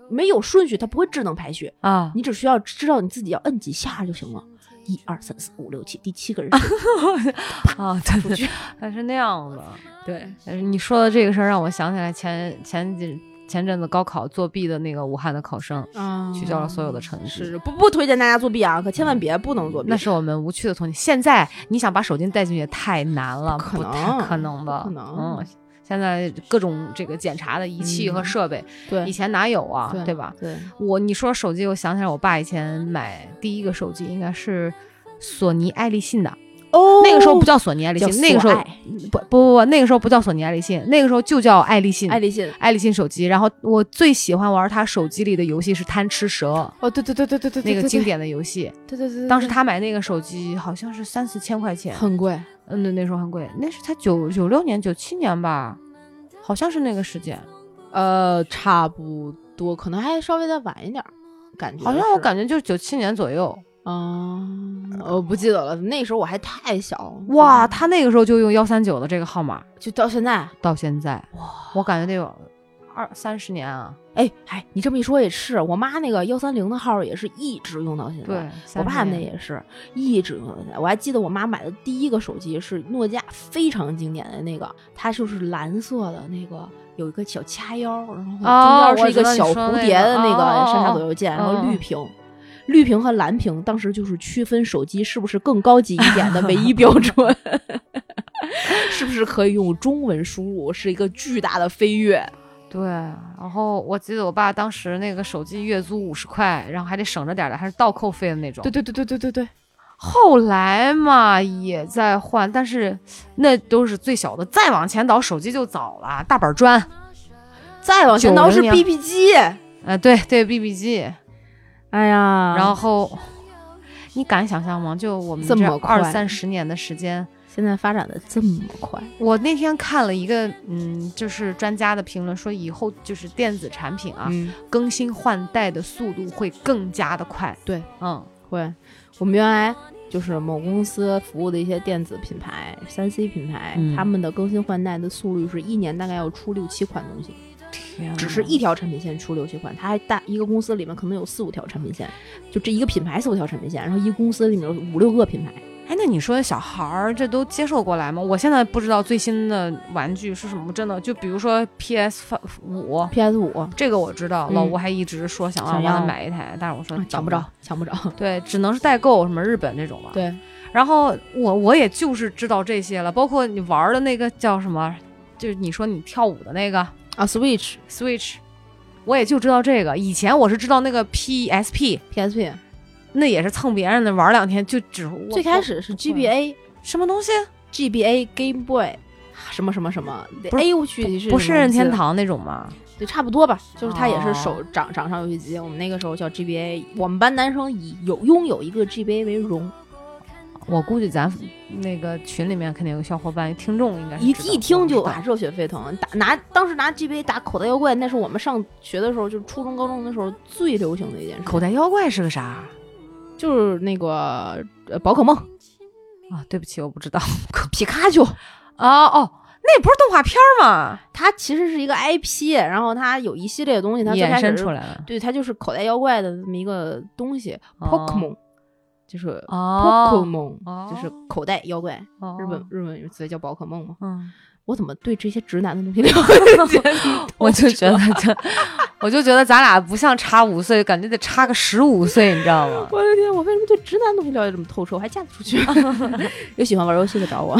S3: 没有顺序，它不会智能排序。
S4: 啊，
S3: 你只需要知道你自己要摁几下就行了，一二三四五六七，第七个人 是
S4: 啊，对
S3: 出
S4: 对
S3: 去
S4: 对，还是那样的。
S3: 对。
S4: 但是你说的这个事儿让我想起来前前几前阵子高考作弊的那个武汉的考生，
S3: 啊
S4: 取消了所有的成绩。
S3: 是不不推荐大家作弊啊，可千万别不能作弊。
S4: 那是我们无趣的童年。现在你想把手机带进去也太难了，
S3: 不可
S4: 不
S3: 能
S4: 太可能的，
S3: 不可能
S4: 嗯，现在各种这个检查的仪器和设备，以
S3: 对
S4: 前哪有啊？对吧？？
S3: 对，
S4: 我你说手机，我想起来我爸以前买第一个手机应该是索尼爱立信的，
S3: 哦
S4: 那个时候不叫索尼爱立
S3: 叫
S4: 信，那个时候
S3: 索爱
S4: 不不不不，那个时候不叫索尼爱立信，那个时候就叫爱立信。
S3: 爱立信。
S4: 爱立信手机，然后我最喜欢玩他手机里的游戏是贪吃蛇，
S3: 哦，对对对对对对，
S4: 那个
S3: 对
S4: 经，典的游戏。
S3: 对对对对对，
S4: 当时他买那个手机好像是三四千块钱，
S3: 很贵，
S4: 嗯，对，那时候很贵，那是才九九六年、九七年吧，好像是那个时间，
S3: 呃，差不多，可能还稍微再晚一点儿，感觉
S4: 好像我
S3: 是
S4: 感觉就是九七年左右。
S3: 啊，我不记得了，那时候我还太小，嗯
S4: 哇，他那个时候就用幺三九的这个号码，
S3: 就到现在，
S4: 到现在，哇，我感觉得有二三十年啊。
S3: 哎哎，你这么一说也是，我妈那个幺三零的号也是一直用到现在，
S4: 对，
S3: 我
S4: 30
S3: 爸那
S4: 年
S3: 也是一直用到现在。我还记得我妈买的第一个手机是诺基亚非常经典的那个，它就是蓝色的那个，有一个小掐腰，然后
S4: 哦
S3: 中间是一
S4: 我知道
S3: 个
S4: 你
S3: 小
S4: 说的
S3: 蝴
S4: 那
S3: 蝶
S4: 个
S3: 的那
S4: 哦哦
S3: 个上下
S4: 哦
S3: 左右键，然后
S4: 嗯
S3: 绿屏。绿屏和蓝屏当时就是区分手机是不是更高级一点的唯一标准， 是不是可以用中文输入是一个巨大的飞跃。
S4: 对，然后我记得我爸当时那个手机月租五十块，然后还得省着点儿的，还是倒扣费的那种。
S3: 对对对对对对，
S4: 后来嘛也在换，但是那都是最小的，再往前倒手机就早了，大板砖，
S3: 再往前倒是
S4: 90年
S3: BB 机，
S4: 呃，对对，BB 机，
S3: 哎呀，
S4: 然后你敢想象吗？就我们
S3: 这么快
S4: 二三十年的时间，
S3: 现在发展的这么快，
S4: 我那天看了一个，嗯，就是专家的评论说，以后就是电子产品啊，
S3: 嗯。
S4: 更新换代的速度会更加的快。
S3: 对，
S4: 嗯，
S3: 会，我们原来就是某公司服务的一些电子品牌、三 C 品牌，
S4: 嗯
S3: 他们的更新换代的速率是一年大概要出六七款嗯东西，
S4: 天
S3: 只是一条产品线出六七款，它还大一个公司里面可能有四五条产品线，就这一个品牌四五条产品线，然后一个公司里面有五六个品牌，
S4: 哎你说小孩儿这都接受过来吗？我现在不知道最新的玩具是什么，真的就比如说 PS 五。
S3: PS 五
S4: 这个我知道，
S3: 嗯
S4: 老吴还一直说想让
S3: 想要
S4: 我买一台，但是我说
S3: 嗯抢不着，，抢不着。
S4: 对，只能是代购，什么日本这种吧。
S3: 对，
S4: 然后我我也就是知道这些了，包括你玩的那个叫什么，就是你说你跳舞的那个
S3: 啊，Switch、
S4: Switch，我也就知道这个。以前我是知道那个 PSP，
S3: PSP
S4: 那也是蹭别人的玩两天，就只我
S3: 最开始是
S4: 不会
S3: GBA、
S4: 什么东西啊
S3: GBA Game Boy 啊什么什么什么
S4: 不是
S3: ，A 我去是
S4: 不
S3: 什
S4: 是
S3: 么
S4: 任
S3: 字
S4: 天，堂那种吗？
S3: 对，差不多吧。就是它也是
S4: 哦
S3: 手掌掌上游戏机，我们那个时候叫 GBA。我们班男生以有拥有一个 GBA 为荣，
S4: 我估计咱那个群里面肯定有小伙伴，听众应该是
S3: 一
S4: 哎知道
S3: 一听就
S4: 我不知
S3: 啊
S4: 道
S3: 热血沸腾。打拿当时拿 GBA 打口袋妖怪，那是我们上学的时候，就是初中高中的时候最流行的一件事。
S4: 口袋妖怪是个啥
S3: 啊就是那个呃宝可梦、
S4: 啊？对不起，我不知道。
S3: 皮卡丘，
S4: 哦哦，那不是动画片儿吗？
S3: 它其实是一个 IP，然后它有一系列的东西，它最
S4: 衍
S3: 开
S4: 生
S3: 始
S4: 出来了。
S3: 对，它就是口袋妖怪的这么一个东西
S4: 哦
S3: ，Pokemon，、就是
S4: 哦，
S3: Pokemon，、
S4: 哦
S3: 就是口袋妖怪，日本日本有词叫宝可梦嘛。
S4: 嗯，
S3: 哦我怎么对这些直男的东西了解
S4: 我就觉得这，我就觉得咱俩不像差五岁，感觉得差个十五岁，你知道吗？
S3: 我的天，我为什么对直男东西了解这么透彻？我还嫁得出 去？有喜欢玩游戏的找我，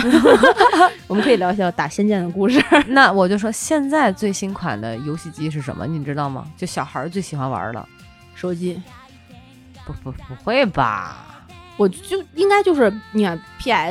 S3: 我们可以聊一下打仙剑的故事。
S4: 那我就说，现在最新款的游戏机是什么？你知道吗？就小孩儿最喜欢玩的。
S3: 手机，
S4: 不不不会吧？
S3: 我就应该就是你看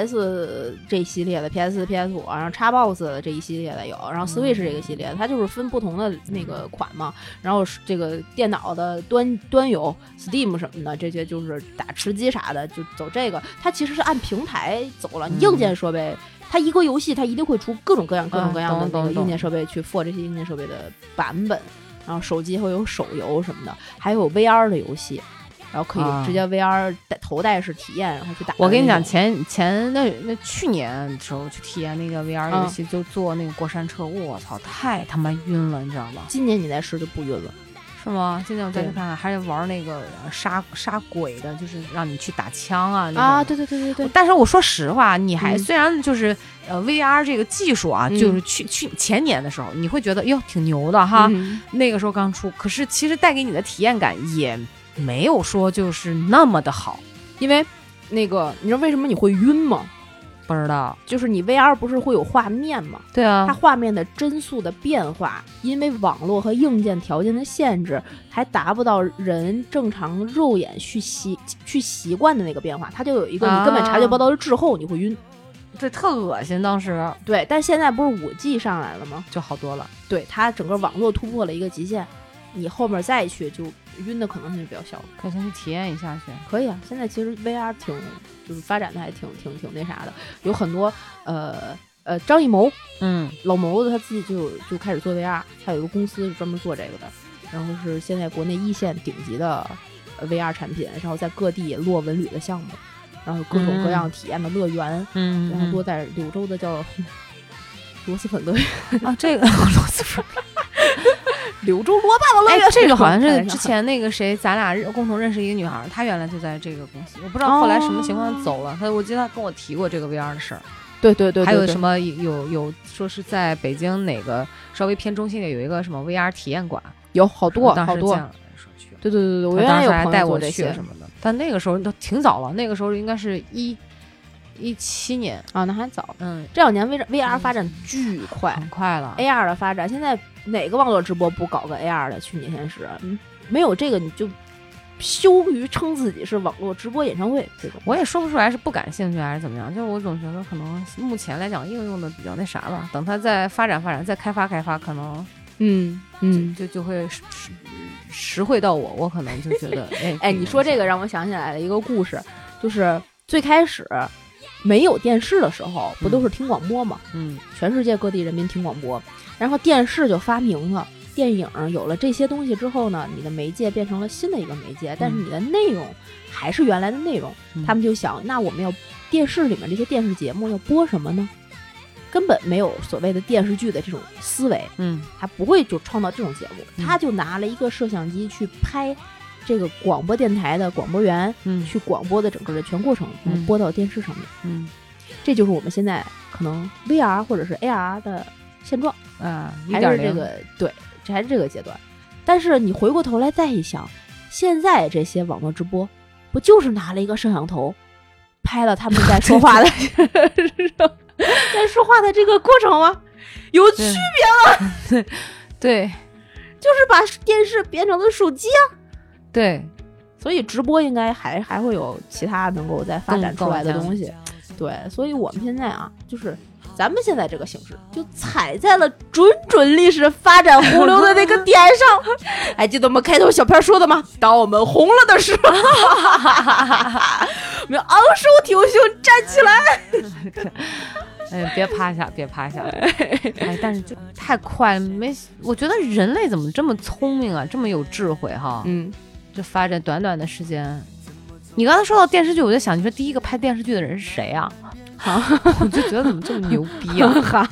S3: PS 这一系列的 PS、PS 五，然后 Xbox 的这一系列的有，然后 Switch 这个系列，
S4: 嗯
S3: 它就是分不同的那个款嘛。然后是这个电脑的端端游 Steam 什么的，这些就是打吃鸡啥的，就走这个。它其实是按平台走了，你硬件设备。它一个游戏，它一定会出各种各样、各种各样的
S4: 嗯嗯懂
S3: 那个
S4: 懂懂
S3: 硬件设备去 for 这些硬件设备的版本，然后手机会有手游什么的，还有 VR 的游戏，然后可
S4: 啊
S3: 以直接 VR 戴头戴式体验，然后去打。
S4: 我跟你讲，，前前那那去年的时候去体验那个 VR
S3: 嗯
S4: 游戏，就坐那个过山车，我操，太他妈晕了，你知道吗？
S3: 今年你再试就不晕了。
S4: 是吗？今天我再去
S3: 对
S4: 看看，还得玩那个呃杀杀鬼的，就是让你去打枪啊那
S3: 啊，
S4: 种。
S3: 对对对对对，
S4: 但是我说实话，你还、
S3: 嗯
S4: 虽然就是呃 VR 这个技术啊，
S3: 嗯
S4: 就是去去前年的时候，你会觉得哟挺牛的哈，
S3: 嗯
S4: 那个时候刚出，可是其实带给你的体验感也没有说就是那么的好，
S3: 因为那个你知道为什么你会晕吗？
S4: 不知道。
S3: 就是你 VR 不是会有画面吗？
S4: 对
S3: 它
S4: 啊，
S3: 画面的帧数的变化，因为网络和硬件条件的限制，还达不到人正常肉眼去习去习惯的那个变化，它就有一个你根本察觉不到的滞后，你会晕。
S4: 对，特恶心，当时
S3: 对，但现在不是五 G 上来了吗？
S4: 就好多了。
S3: 对，它整个网络突破了一个极限，你后面再去就晕的可能性就比较小。
S4: 可以先去体验一下去。
S3: 可以啊，现在其实 VR 挺就是发展的还挺挺挺那啥的，有很多呃呃张艺谋
S4: 嗯，
S3: 老谋子他自己就有就开始做 VR，他有一个公司是专门做这个的，然后是现在国内一线顶级的呃 VR 产品，然后在各地落文旅的项目，然后有各种各样体验的乐园，
S4: 嗯
S3: 然后多在柳州的 叫螺蛳粉乐园，
S4: 啊，这个 螺蛳粉。
S3: 柳州螺霸道乐
S4: 哎
S3: 园，，
S4: 这个好像
S3: 开
S4: 是
S3: 玩笑
S4: 之前那个谁，咱俩认共同认识一个女孩儿，她原来就在这个公司，我不知道后来什么情况走了。她我记得她跟我提过这个 VR 的事儿，
S3: 对对对，
S4: 还有什
S3: 么
S4: 么有有说是在北京哪个稍微偏中心点有一个什么 VR 体验馆，
S3: 有好多
S4: 嗯当时
S3: 好多
S4: 这，样说去了
S3: 对对对对，我
S4: 她
S3: 原
S4: 当
S3: 来
S4: 时
S3: 有
S4: 还
S3: 朋
S4: 带
S3: 友
S4: 我
S3: 做这
S4: 去
S3: 些
S4: 什么的，但那个时候都挺早了，那个时候应该是一一七年，
S3: 啊，那还早。
S4: 嗯，
S3: 这两年 V VR 发展巨快、
S4: 很快了。
S3: a r 的发展现在哪个网络直播不搞个 AR 的虚拟现实？嗯没有这个你就羞于称自己是网络直播演唱会这种。
S4: 我也说不出来是不感兴趣还是怎么样，就是我总觉得可能目前来讲应用的比较那啥吧，等它再发展发展，再开发开发，可能
S3: 嗯嗯，
S4: 就就会实实实惠到我，我可能就觉 得哎
S3: 哎，你说这个让我想起来了一个故事，就是最开始没有电视的时候，不都是听广播吗？
S4: 嗯
S3: 全世界各地人民听广播，然后电视就发明了。电影有了这些东西之后呢，你的媒介变成了新的一个媒介，但是你的内容还是原来的内容。
S4: 嗯
S3: 他们就想，那我们要电视里面这些电视节目要播什么呢？根本没有所谓的电视剧的这种思维，
S4: 嗯
S3: 他不会就创造这种节目，
S4: 嗯
S3: 他就拿了一个摄像机去拍这个广播电台的广播员
S4: 嗯
S3: 去广播的整个的全过程，来
S4: 嗯
S3: 播到电视上面。
S4: 嗯
S3: 这就是我们现在可能 VR 或者是 AR 的现状，
S4: 啊，一
S3: 还是
S4: 点
S3: 这个对，这还是这个阶段。但是你回过头来再一想，现在这些网络直播不就是拿了一个摄像头拍了他们在说话 的 在说话的这个过程吗？有趣，
S4: 对
S3: 就是把电视变成了手机啊。
S4: 对，
S3: 所以直播应该还还会有其他能够再发展出
S4: 嗯
S3: 来的东西。对，所以我们现在啊，就是咱们现在这个形式，就踩在了准准历史发展洪流的那个点 上。还记得我们开头小片说的吗？当我们红了的时候，我们昂首挺胸站起来。
S4: 哎，别趴下，别 趴下。哎，但是就太快，没，我觉得人类怎么这么聪明啊，这么有智慧哈？
S3: 嗯，
S4: 这发展短短的时间，你刚才说到电视剧，我就想，你说第一个拍电视剧的人是谁啊？ 我就觉得怎么这么牛逼啊？
S3: 哈，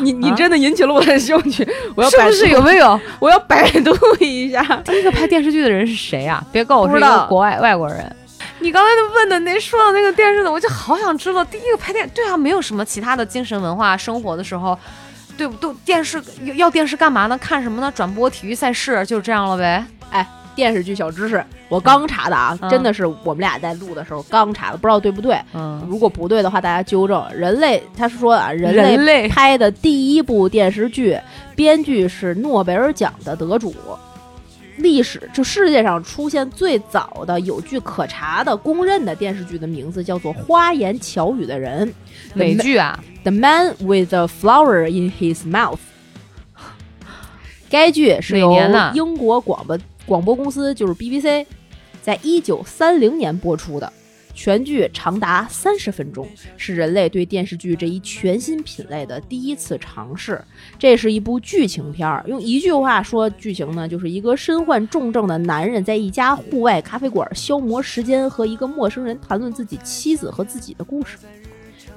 S3: 你你
S4: 啊
S3: 真的引起了我的兴趣， 我要
S4: 是
S3: 百
S4: 不
S3: 度
S4: 是，有没有
S3: 我要百度一下。
S4: 第一个拍电视剧的人是谁啊？别告诉我是一
S3: 不知
S4: 个
S3: 道
S4: 国外外国人。你刚才问的那说到那个电视的，我就好想知道第一个拍电对啊，没有什么其他的精神文化生活的时候，对不都电视要要电视干嘛呢？看什么呢？转播体育赛事就这样了呗。
S3: 电视剧小知识，我刚查的啊，
S4: 嗯
S3: 真的是我们俩在录的时候刚查的，不知道对不对。
S4: 嗯，
S3: 如果不对的话，大家纠正。人类，他是说啊，人
S4: 人
S3: 类
S4: 类
S3: 拍的第一部电视剧，编剧是诺贝尔奖的得主。历史就世界上出现最早的有据可查的公认的电视剧的名字叫做《花言巧语的人》，
S4: 美剧啊，
S3: The Man with a Flower in His Mouth。该剧是由
S4: 哪年呢
S3: 英国广播广播公司就是 BBC 在一九三零年播出的，全剧长达三十分钟，是人类对电视剧这一全新品类的第一次尝试。这是一部剧情片儿，用一句话说剧情呢，就是一个身患重症的男人在一家户外咖啡馆消磨时间，和一个陌生人谈论自己妻子和自己的故事。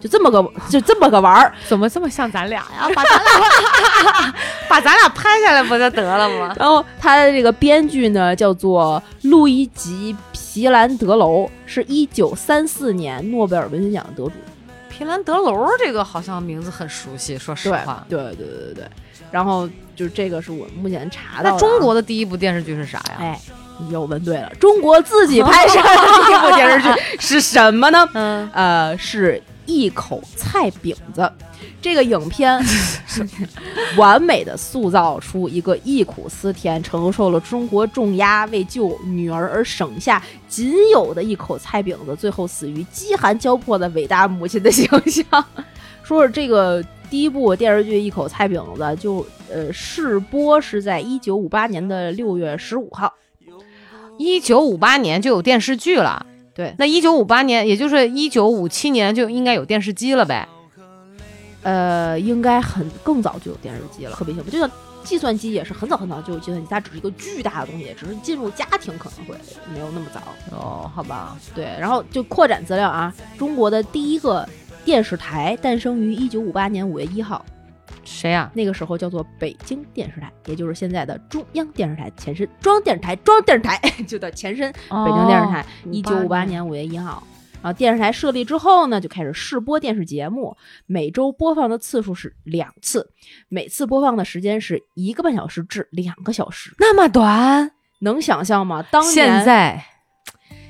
S3: 就这么个，就这么个玩儿，
S4: 怎么这么像咱俩呀？ 把咱俩把咱俩拍下来不就得了 吗？
S3: 然后他的这个编剧呢，叫做路易吉·皮兰德楼，是一九三四年诺贝尔文学奖得主。
S4: 皮兰德楼这个好像名字很熟悉，说实话。
S3: 对对对对对。然后就是这个是我目前查到的啊。
S4: 那中国的第一部电视剧是啥呀？
S3: 哎，你又问对了，中国自己拍摄的这部电视剧是什么呢？
S4: 嗯，
S3: 呃，是一口菜饼子。这个影片完美的塑造出一个忆苦思甜、承受了中国重压、为救女儿而省下仅有的一口菜饼子，最后死于饥寒交迫的伟大母亲的形象。 说是这个第一部电视剧《一口菜饼子》就呃试播是在一九五八年的六月十五号，
S4: 一九五八年就有电视剧了。
S3: 对，
S4: 那一九五八年，也就是一九五七年就应该有电视机了呗。
S3: 呃，应该很更早就有电视机了，特别幸福。就像计算机也是很早很早就有计算机，它只是一个巨大的东西，只是进入家庭可能会没有那么早。
S4: 哦，好吧，
S3: 对，然后就扩展资料啊，中国的第一个电视台诞生于一九五八年五月一号，
S4: 谁啊呀、
S3: 那个时候叫做北京电视台，也就是现在的中央电视台前身，中央电视台，中央电视台就的前身，
S4: 哦
S3: 北京电视台，一九哦五八
S4: 58
S3: 年五月一号。然后电视台设立之后呢，就开始试播电视节目，每周播放的次数是两次，每次播放的时间是一个半小时至两个小时，
S4: 那么短。
S3: 能想象吗？当年
S4: 现在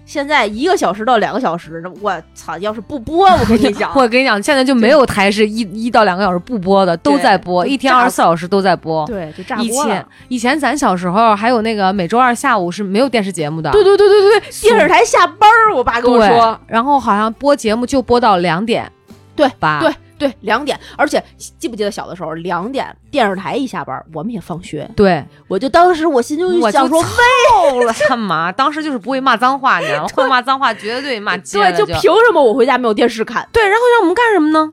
S3: 现在一个小时到两个小时，我操！要是不播， 我跟你讲，
S4: 我跟你讲，现在就没有台是一一到两个小时不播的，都在播，
S3: 就
S4: 一天
S3: 炸
S4: 二十四小时都在播。
S3: 对，就炸
S4: 以
S3: 锅
S4: 前
S3: 了。
S4: 以前咱小时候还有那个每周二下午是没有电视节目的，
S3: 对对对对对对，电视台下班儿，我爸跟我
S4: 对
S3: 说，，
S4: 然后好像播节目就播到两点，
S3: 对
S4: 吧？
S3: 对对，两点。而且记不记得小的时候，两点电视台一下班儿，我们也放学，
S4: 对，
S3: 我就当时我心中就
S4: 我就
S3: 想说，为
S4: 操了他妈！当时就是不会骂脏话，你知道吗？会骂脏话绝对骂街了
S3: 对，就凭什么我回家没有电视看？
S4: 对，然后让我们干什么呢？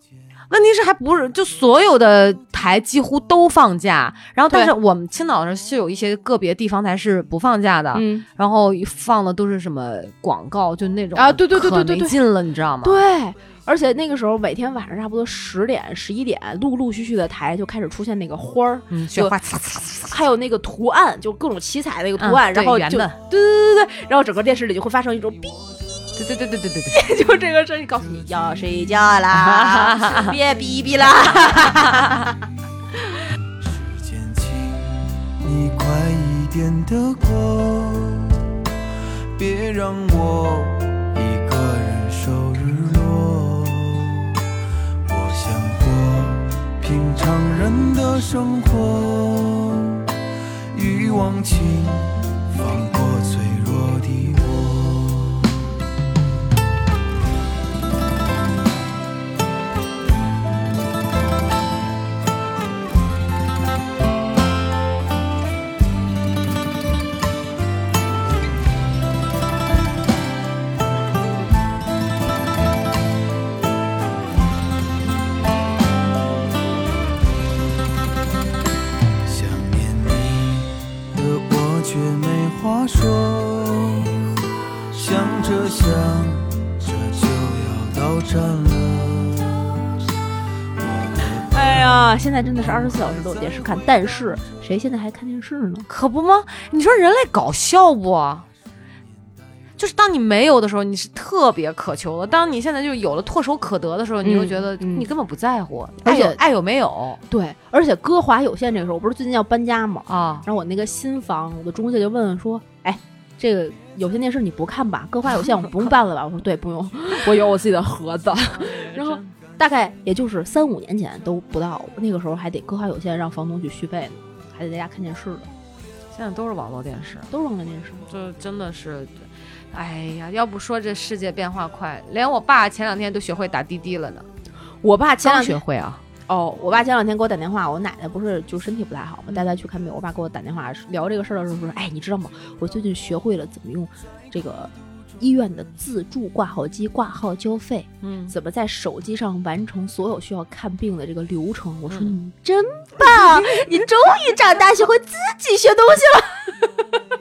S4: 问题是还不是就所有的台几乎都放假，然后但是我们青岛那儿是有一些个别地方台是不放假的，
S3: 嗯，
S4: 然后放的都是什么广告，就那种
S3: 啊对对对对对
S4: 可没劲了，你知道吗？
S3: 对，而且那个时候每天晚上差不多十点、十一点，陆陆续续的台就开始出现那个花 儿，
S4: 嗯，
S3: 就
S4: 雪花呲呲呲呲
S3: 还有那个图案，就各种七彩那个图案，
S4: 嗯
S3: 然后
S4: 对圆
S3: 就对
S4: 的
S3: 对对对对，然后整个电视里就会发生一种 哔，
S4: 对对对对对对对，
S3: 就这个声音告诉你要睡觉 啦，别哔哔啦。
S5: 时间，请你快一点的过，别让我一个人受日落。我想过平常人的生活，欲望请放过脆弱的我。想念你的我却没话说，想着想着就要到站了。
S3: 哎呀，现在真的是二十四小时都有电视看，但是谁现在还看电视呢？
S4: 可不吗？你说人类搞笑不？就是当你没有的时候，你是特别渴求的；当你现在就有了唾手可得的时候，你就觉得
S3: 嗯
S4: 你根本不在乎，
S3: 而且
S4: 爱有爱有没有
S3: 对，而且歌华有线这个时候，我不是最近要搬家吗？
S4: 啊？
S3: 然后我那个新房，我的中介就问问说，哎，这个有线电视你不看吧？歌华有线我们不用办了吧？我说对，不用， 我有我自己的盒子。然后大概也就是三五年前都不到，那个时候还得歌华有线让房东去续费呢，还得在家看电视呢，
S4: 现在都是网络电视，
S3: 都是网络电视。
S4: 这真的是，哎呀，要不说这世界变化快，连我爸前两天都学会打滴滴了呢，
S3: 我爸前两
S4: 刚
S3: 天
S4: 学会啊。
S3: 哦，我爸前两天给我打电话，我奶奶不是就身体不太好嘛，带她去看病。我爸给我打电话聊这个事儿的时候说：“哎，你知道吗？我最近学会了怎么用这个医院的自助挂号机挂号交费，
S4: 嗯，
S3: 怎么在手机上完成所有需要看病的这个流程。”我说：“
S4: 嗯
S3: 你真棒，你终于长大学会自己学东西了。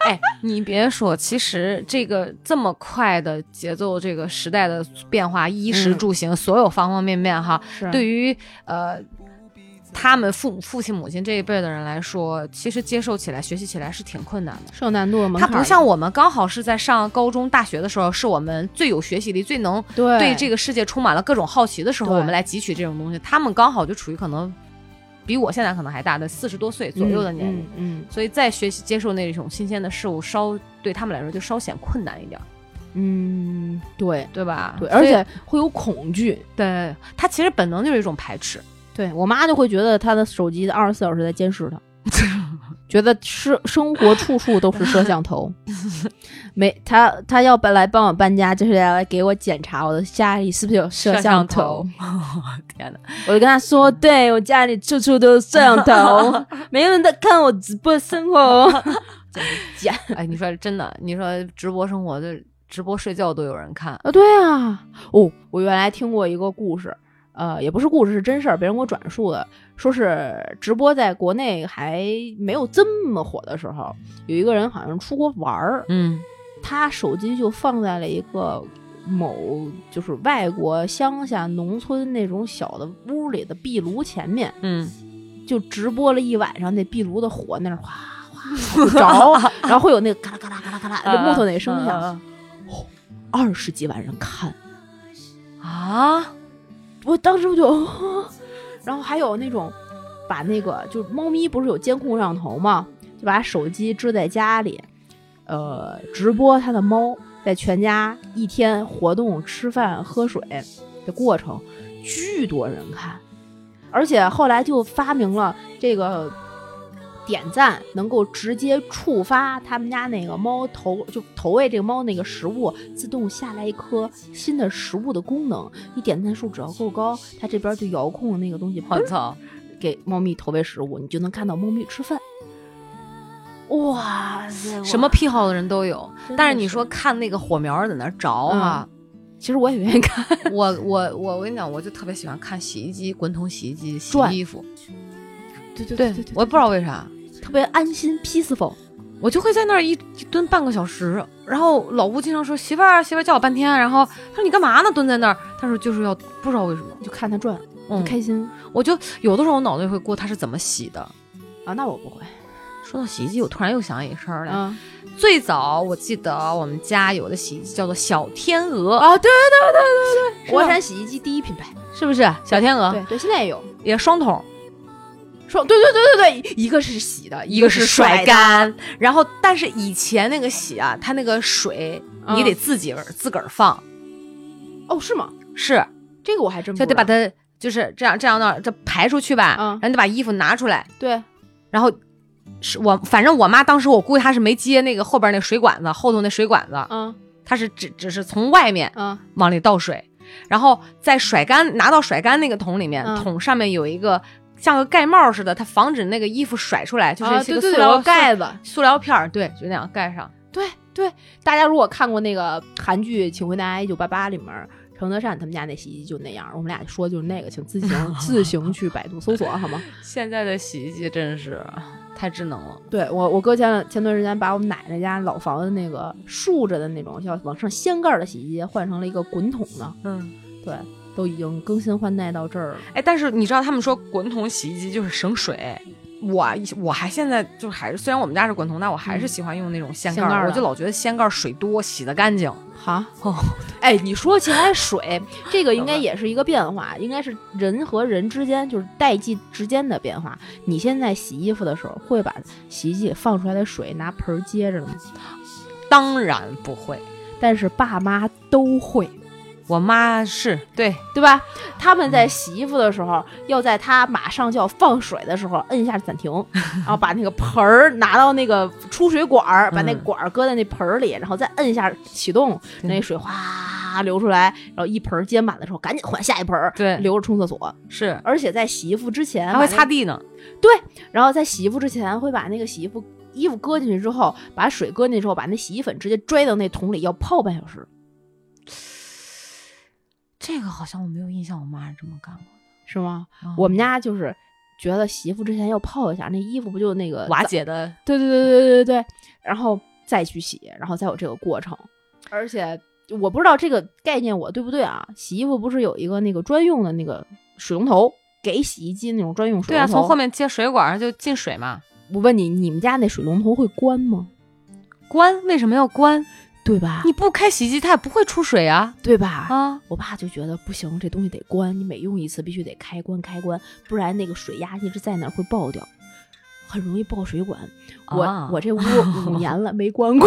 S4: 哎，你别说，其实这个这么快的节奏，这个时代的变化，衣食
S3: 嗯
S4: 住行、所有方方面面哈，”
S3: 是
S4: 对于呃他们父母、父亲、母亲这一辈的人来说，其实接受起来、学习起来是挺困难的。
S3: 是有难度的门
S4: 他
S3: 槛儿的，
S4: 不像我们，刚好是在上高中、大学的时候，是我们最有学习力、最能
S3: 对
S4: 对这个世界充满了各种好奇的时候，
S3: 对
S4: 我们来汲取这种东西。他们刚好就处于可能比我现在可能还大的四十多岁左右的年龄。
S3: 嗯嗯
S4: 所以在学习接受那种新鲜的事物，稍对他们来说就稍显困难一点儿，
S3: 嗯嗯，对
S4: 对吧？
S3: 对，
S4: 所
S3: 而
S4: 以
S3: 且会有恐惧。
S4: 对他其实本能就是一种排斥，
S3: 对我妈就会觉得她的手机二十四小时在监视 她，觉得生生活处处都是摄像 头。没，她她要本来帮我搬家，就是要来给我检查我的家里是不是有摄像头。
S4: 天哪！
S3: 我就跟她说，对我家里处处都是摄像 头，哦没人在看我直播生活哦。贱
S4: 哎，你说真的，你说直播生活的直播睡觉都有人看，
S3: 啊，对啊，哦，我原来听过一个故事，呃，也不是故事，是真事儿，别人给我转述的，说是直播在国内还没有这么火的时候，有一个人好像出国玩儿，
S4: 嗯
S3: 他手机就放在了一个某就是外国乡下农村那种小的屋里的壁炉前面，
S4: 嗯，
S3: 就直播了一晚上，那壁炉的火那儿哗哗就着，然后会有那个嘎啦嘎啦嘎啦嘎啦，就木头那声响，
S4: 啊
S3: 二十几万人看。
S4: 啊，
S3: 我当时我就， 哦然后还有那种把那个就是猫咪不是有监控摄像头吗？就把手机支在家里，呃，直播它的猫在全家一天活动、吃饭、喝水的过程，巨多人看，而且后来就发明了这个。点赞能够直接触发他们家那个猫投，就投喂这个猫那个食物，自动下来一颗新的食物的功能。你点赞数只要够高，它这边就遥控那个东西，
S4: 我操！
S3: 给猫咪投喂食物，你就能看到猫咪吃饭。哇塞！
S4: 什么
S3: 哇？
S4: 癖好的人都有，
S3: 真
S4: 但
S3: 的
S4: 是你
S3: 是
S4: 说看那个火苗儿在那儿着啊，
S3: 其实我也愿意看。
S4: 我我我我跟你讲，我就特别喜欢看洗衣机滚筒洗衣机洗
S3: 转
S4: 衣服，
S3: 对对
S4: 对我也不知道为啥，
S3: 特别安心，peaceful。
S4: 我就会在那儿一一蹲半个小时。然后老吴经常说媳妇儿媳妇儿叫我半天，然后他说你干嘛呢？蹲在那儿，他说就是要不知道为什么，
S3: 就看他转，
S4: 嗯
S3: 开心
S4: 我就有的时候我脑子里会过他是怎么洗的。
S3: 啊。那我不会，
S4: 说到洗衣机，我突然又想起一事儿来。
S3: 嗯
S4: 最早我记得我们家有的洗衣机叫做小天鹅，
S3: 啊，对对对对对
S4: 吧
S3: 国产洗衣机第一品牌，
S4: 是不是？小天鹅
S3: 对对，现在也有。
S4: 也双筒，
S3: 说啊对对对对对，一个是洗的，
S4: 一个是甩
S3: 的，
S4: 干，然后但是以前那个洗啊，它那个水
S3: 嗯
S4: 你得自己、自个儿放，
S3: 哦，是吗？
S4: 是
S3: 这个我还真不
S4: 就
S3: 知
S4: 得
S3: 道
S4: 把它就是这样这样的这排出去吧，
S3: 嗯
S4: 然后得把衣服拿出来，
S3: 对
S4: 然后是我反正我妈当时我估计她是没接那个后边那水管子，后头那水管子，
S3: 嗯
S4: 她是只只是从外面
S3: 嗯
S4: 往里倒水，然后再甩干，拿到甩干那个桶里面，
S3: 嗯
S4: 桶上面有一个像个盖帽似的，它防止那个衣服甩出来，就是
S3: 啊，
S4: 这
S3: 对
S4: 个
S3: 对
S4: 塑
S3: 对，有
S4: 料
S3: 个盖子，
S4: 塑料片儿，对，就那样盖上。
S3: 对对，大家如果看过那个韩剧《请回答一九八八》里面。程德善他们家那洗衣机就那样，我们俩就说就是那个，请自 行自行去百度搜索好吗？
S4: 现在的洗衣机真是啊太智能了，
S3: 对我，我哥前两前段时间把我们奶奶家老房子那个竖着的那种要往上掀盖儿的洗衣机换成了一个滚筒的，
S4: 嗯，
S3: 对，都已经更新换代到这儿了。
S4: 哎，但是你知道他们说滚筒洗衣机就是省水。我我还现在就还是，虽然我们家是滚筒，但我还是喜欢用那种掀
S3: 嗯
S4: 盖
S3: 掀盖
S4: 儿，
S3: 儿
S4: 我
S3: 的
S4: 就老觉得掀盖儿水多，洗的干净。
S3: 好，
S4: 哦，
S3: 哎，你说起来水，这个应该也是一个变化，应该是人和人之间就是代际之间的变化。你现在洗衣服的时候，会把洗衣机放出来的水拿盆儿接着吗？
S4: 当然不会，
S3: 但是爸妈都会，
S4: 我妈是对，
S3: 对吧？他们在洗衣服的时候，要在他马上就要放水的时候摁一下 暂停，然后把那个盆儿拿到那个出水管儿，把那
S4: 嗯
S3: 管儿搁在那盆儿里，然后再摁一下启动，
S4: 对
S3: 那水哗流出来，然后一盆儿接满了之后，赶紧换下一盆儿，
S4: 对
S3: 留着冲厕所。
S4: 是
S3: 而且在洗衣服之前
S4: 还会
S3: 把那
S4: 擦，地呢。
S3: 然后在洗衣服之前会把那个洗衣服衣服搁进去之后，把水搁进去之后，把那洗衣粉直接拽到那桶里，要泡半小时，
S4: 这个好像我没有印象，我妈是这么干过。
S3: 是吗？
S4: 嗯
S3: 我们家就是觉得洗衣服之前要泡一下，那衣服不就那个
S4: 瓦解的
S3: 对对对对对对对，然后再去洗，然后再有这个过程。而且我不知道这个概念我对不对啊？洗衣服不是有一个那个专用的那个水龙头，给洗衣机那种专用水
S4: 对
S3: 龙
S4: 啊，
S3: 头。
S4: 从后面接水管儿就进水嘛。
S3: 我问你，你们家那水龙头会关吗？
S4: 关为什么要关？
S3: 对吧？
S4: 你不开洗衣机，它也不会出水啊
S3: 对吧？
S4: 啊！
S3: 我爸就觉得不行，这东西得关，你每用一次必须得开关开关，不然那个水压一直在那儿会爆掉，很容易爆水管。我、
S4: 啊
S3: 我这 屋五年了没关过，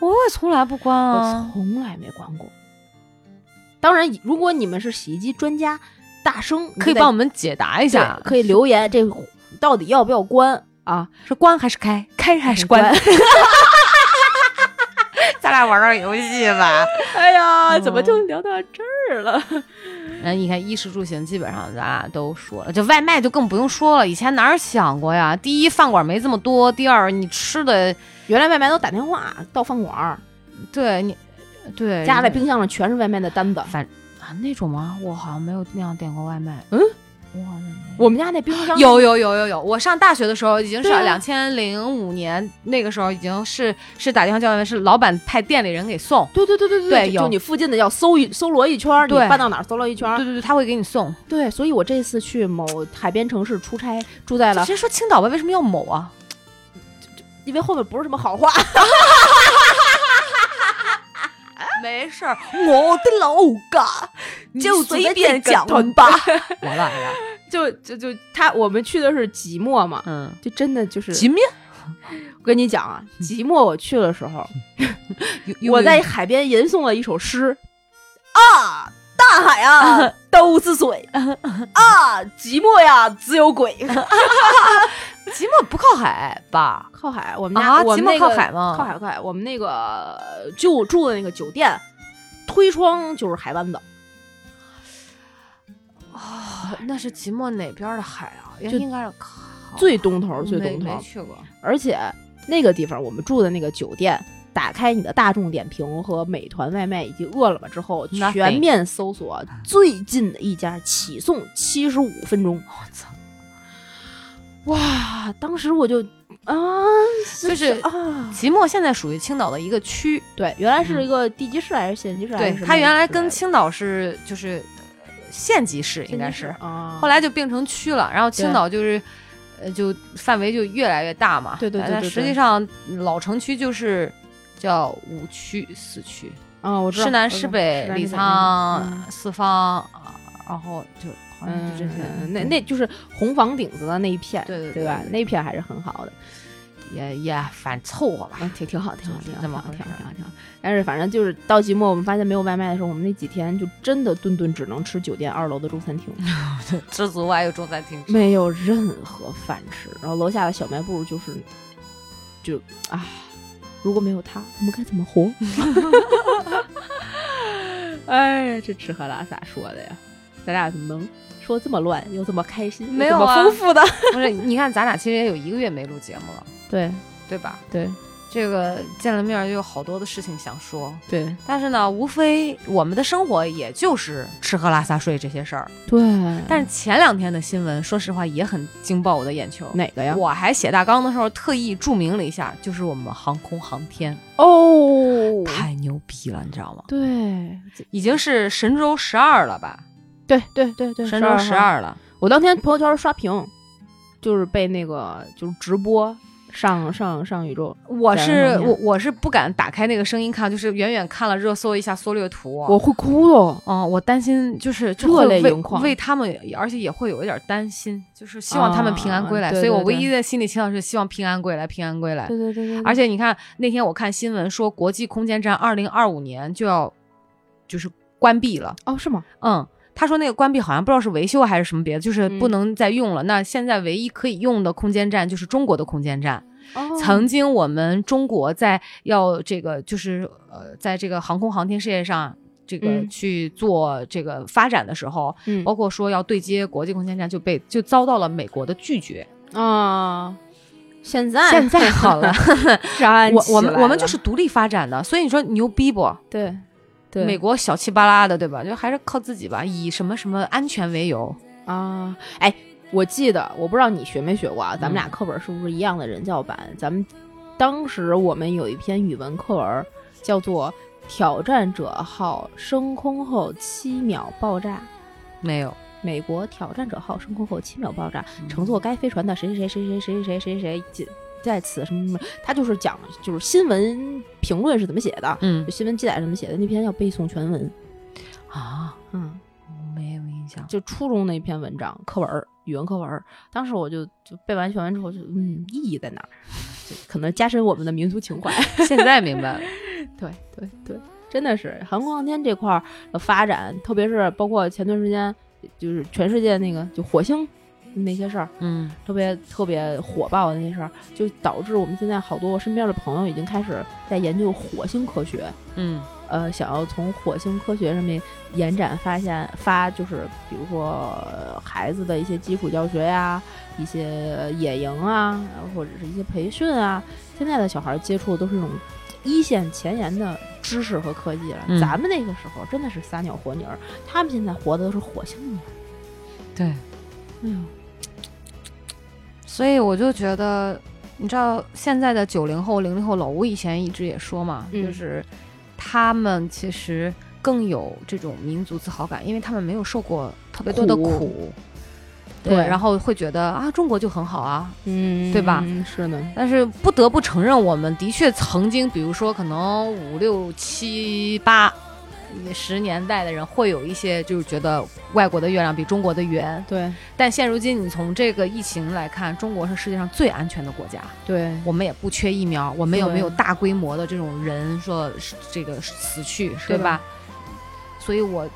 S4: 我也从来不关
S3: 我
S4: 啊。
S3: 从来没关过。当然，如果你们是洗衣机专家，大声
S4: 可以帮我们解答一
S3: 一
S4: 下，
S3: 可以留言这到底要不要关啊？
S4: 是关还是开，开还是关？ 咱俩玩点游戏 吧。
S3: 哎呀，
S4: 怎么就
S3: 聊到这儿了？
S4: 然后你看，衣食住行基本上咱俩都说了，就外卖就更不用说了。以前哪儿想过呀？第一，饭馆没这么多；第二，你吃的
S3: 原来外卖都打电话到饭馆儿，
S4: 对你对
S3: 家在
S4: 里
S3: 冰箱上全是外卖的单子。
S4: 啊那种吗？我好像没有那样点过外卖。
S3: 嗯，
S4: 我好像没有
S3: 我们家那冰箱
S4: 有有有有有，我上大学的时候已经是
S3: 对啊
S4: 两千零五年，那个时候已经是是打电话叫外卖，是老板派店里人给送。
S3: 对对对对
S4: 对
S3: 就
S4: 有
S3: 就你附近的要搜一搜罗一圈儿，你
S4: 对
S3: 搬到哪儿搜罗一圈儿。
S4: 啊对对对，他会给你送。
S3: 对，所以我这次去某海边城市出差，住在了
S4: 直，接说青岛吧，为什么要某啊？
S3: 因为后面不是什么好 话。
S4: 没事儿，
S3: 我的老嘎，
S4: 就随便讲
S3: 吧。
S4: 我来了。
S3: 就就就他，我们去的是即墨嘛，
S4: 嗯，
S3: 就真的就是，
S4: 面，
S3: 我跟你讲啊，即墨我去的时候，
S4: 有
S3: 我在海边吟诵了一首诗啊，大海 啊都是水啊，即墨呀只有 鬼。
S4: 即墨不靠海吧？
S3: 靠海，我们家、
S4: 啊
S3: 我们
S4: 即墨
S3: 那个
S4: 靠海吗
S3: 靠海靠海，我们那个呃就住的那个酒店，推窗就是海湾的，
S4: 啊，那是即墨哪边的海啊？也
S3: 就
S4: 应该是靠
S3: 最东头
S4: 没
S3: 最东
S4: 没
S3: 头，
S4: 去过。
S3: 而且那个地方我们住的那个酒店。打开你的大众点评和美团外卖以及饿了么之后，
S4: Nothing
S3: 全面搜索最近的一家起送七十五分钟。我操！哇，当时我就啊，
S4: 就是
S3: 啊，嗯
S4: 即墨现在属于青岛的一个区，
S3: 对，原来是一个地级市还是县级市还
S4: 对
S3: 是什么之类的？
S4: 它原来跟青岛是就是呃县级市应该
S3: 县级市
S4: 是，
S3: 啊，
S4: 后来就并成区了，然后青
S3: 对
S4: 岛就是。呃，就范围就越来越大嘛。
S3: 对对对
S4: 但
S3: 对对
S4: 实际上，老城区就是叫五区、四区，
S3: 啊，我知道
S4: 市南、
S3: 我知
S4: 市
S3: 道
S4: 北、
S3: 南
S4: 李
S3: 市北嗯
S4: 沧、四方，啊然后就好像
S3: 嗯
S4: 就这些。
S3: 嗯，那那就是红房顶子的那一片，
S4: 对对
S3: 对吧？那一片还是很好的，
S4: 也也反凑合吧。
S3: 啊，挺挺好，挺好，
S4: 就是
S3: 挺好，
S4: 这
S3: 挺
S4: 么
S3: 好，
S4: 回
S3: 挺好，
S4: 事儿
S3: 挺好，挺好。但是反正就是到季末，我们发现没有外卖的时候，我们那几天就真的顿顿只能吃酒店二楼的中餐厅，
S4: 知足还有中餐厅
S3: 嗯
S4: 吃。
S3: 没有任何饭吃。然后楼下的小卖部就是，就啊，如果没有它，我们该怎么 活？哎呀，这吃喝拉撒说的呀，咱俩怎么能说这么乱又这么开心，又
S4: 没
S3: 这
S4: 有
S3: 么
S4: 啊
S3: 丰富 的？
S4: 不是，你看咱俩其实也有一个月没录节目了，
S3: 对
S4: 对吧？
S3: 对
S4: 这个见了面儿就有好多的事情想说，
S3: 对
S4: 但是呢，无非我们的生活也就是吃喝拉撒睡这些事儿。
S3: 对，
S4: 但是前两天的新闻，说实话也很惊爆我的眼球。
S3: 哪个呀？
S4: 我还写大纲的时候特意注明了一下，就是我们航空航天
S3: 哦
S4: 太牛逼了，你知道吗？
S3: 对
S4: 已经是神舟十二了吧？
S3: 对对对对，
S4: 神舟十
S3: 号。
S4: 二了，
S3: 我当天朋友圈刷屏，就是被那个就是直播上上上宇宙，
S4: 我
S3: 在
S4: 是
S3: 后面
S4: 我我是不敢打开那个声音看，就是远远看了热搜一下缩略图。
S3: 我会哭的。
S4: 哦，我担心就是就
S3: 热
S4: 会
S3: 泪
S4: 为
S3: 盈眶
S4: 为他们，而且也会有一点担心，就是希望他们平安归来。
S3: 啊对
S4: 所以我
S3: 对
S4: 唯
S3: 对
S4: 一的心理倾向是希望平安归来，平安归来。
S3: 对对对
S4: 而且你看那天我看新闻说，国际空间站二零二五年就要就是关闭了。
S3: 哦，是吗？
S4: 嗯，他说那个关闭好像不知道是维修还是什么别的，就是不
S3: 嗯
S4: 能再用了。那现在唯一可以用的空间站就是中国的空间站。
S3: 哦
S4: 曾经我们中国在要这个就是呃，在这个航空航天事业上。这个
S3: 嗯
S4: 去做这个发展的时候，
S3: 嗯
S4: 包括说要对接国际空间站，就被就遭到了美国的拒绝。
S3: 啊，现在
S4: 现 在好了，
S3: 站
S4: 我我们
S3: 啊起来
S4: 我们就
S3: 了
S4: 是独立发展的，所以你说牛逼不？
S3: 对对
S4: 美国小气巴拉的，对吧？就还是靠自己吧，以什么什么安全为由。
S3: 啊，哎，我记得，我不知道你学没学过啊，咱们
S4: 嗯
S3: 俩课本是不是一样的人教版？咱们当时我们有一篇语文课文叫做《挑战者号升空后七秒爆炸》。
S4: 没有，
S3: 美国挑战者号升空后七秒爆炸，乘坐该飞船的谁谁谁谁谁谁谁谁谁在此什么什么，他就是讲就是新闻评论是怎么写的，
S4: 嗯
S3: 就新闻记载是怎么写的，那篇要背诵全文。
S4: 啊，
S3: 嗯，
S4: 我没有印象。
S3: 就初中那篇文章课文儿，语文课文儿，当时我就就背完全文之后就嗯，意义在哪儿？ 就可能加深我们的民族情怀。
S4: 现在明白了，
S3: 对 对对，真的是航空航天这块儿的发展，特别是包括前段时间就是全世界那个就火星那些事儿，
S4: 嗯，
S3: 特别特别火爆的那些事儿，就导致我们现在好多我身边的朋友已经开始在研究火星科学。
S4: 嗯，
S3: 呃，想要从火星科学上面延展发现发，就是比如说呃孩子的一些基础教学呀、一些野营啊，或者是一些培训啊。现在的小孩接触的都是那种一线前沿的知识和科技了。
S4: 嗯
S3: 咱们那个时候真的是撒鸟活泥儿，他们现在活的都是火星鸟。
S4: 对。
S3: 哎
S4: 嗯
S3: 呦，
S4: 所以我就觉得，你知道现在的九零后、零零后，老吴以前一直也说嘛，
S3: 嗯
S4: 就是他们其实更有这种民族自豪感，因为他们没有受过特别多的
S3: 苦
S4: 苦。
S3: 对
S4: 然后会觉得啊，中国就很好啊，
S3: 嗯
S4: 对吧？
S3: 是的，
S4: 但是不得不承认，我们的确曾经，比如说可能五六七八十年代的人，会有一些就是觉得外国的月亮比中国的圆。
S3: 对
S4: 但现如今，你从这个疫情来看，中国是世界上最安全的国家，
S3: 对
S4: 我们也不缺疫苗，我们有
S3: 对
S4: 没有大规模的这种人说是这个死去，对
S3: 的
S4: 吧？所以我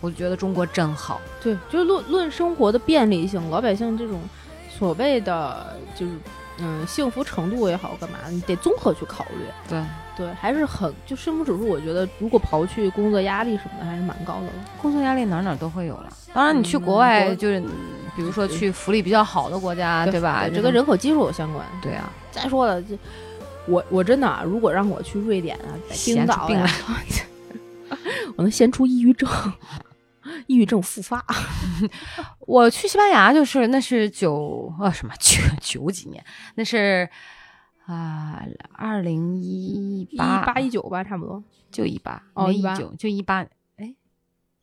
S4: 我觉得中国真好，
S3: 对，就是论论生活的便利性，老百姓这种所谓的就是嗯幸福程度也好，干嘛你得综合去考虑。
S4: 对，
S3: 对，还是很就幸福指数，我觉得如果刨去工作压力什么的，还是蛮高的了。
S4: 工作压力哪儿哪儿都会有了。当然，你去
S3: 嗯
S4: 国外
S3: 国
S4: 就是，比如说去福利比较好的国家，啊对吧？
S3: 这跟人口基数有相关。
S4: 对啊，
S3: 再说了，这我我真的、啊，如果让我去瑞典啊、在
S4: 闲
S3: 冰
S4: 出
S3: 岛
S4: 病
S3: 呀、我能先出抑郁症。 抑郁症复发。
S4: 我去西班牙就是那是九啊什么九 九几年，那是啊二零一
S3: 一
S4: 八
S3: 八一九吧，差不 多。
S4: 就一八
S3: 哦
S4: 一
S3: 18
S4: 九就一八哎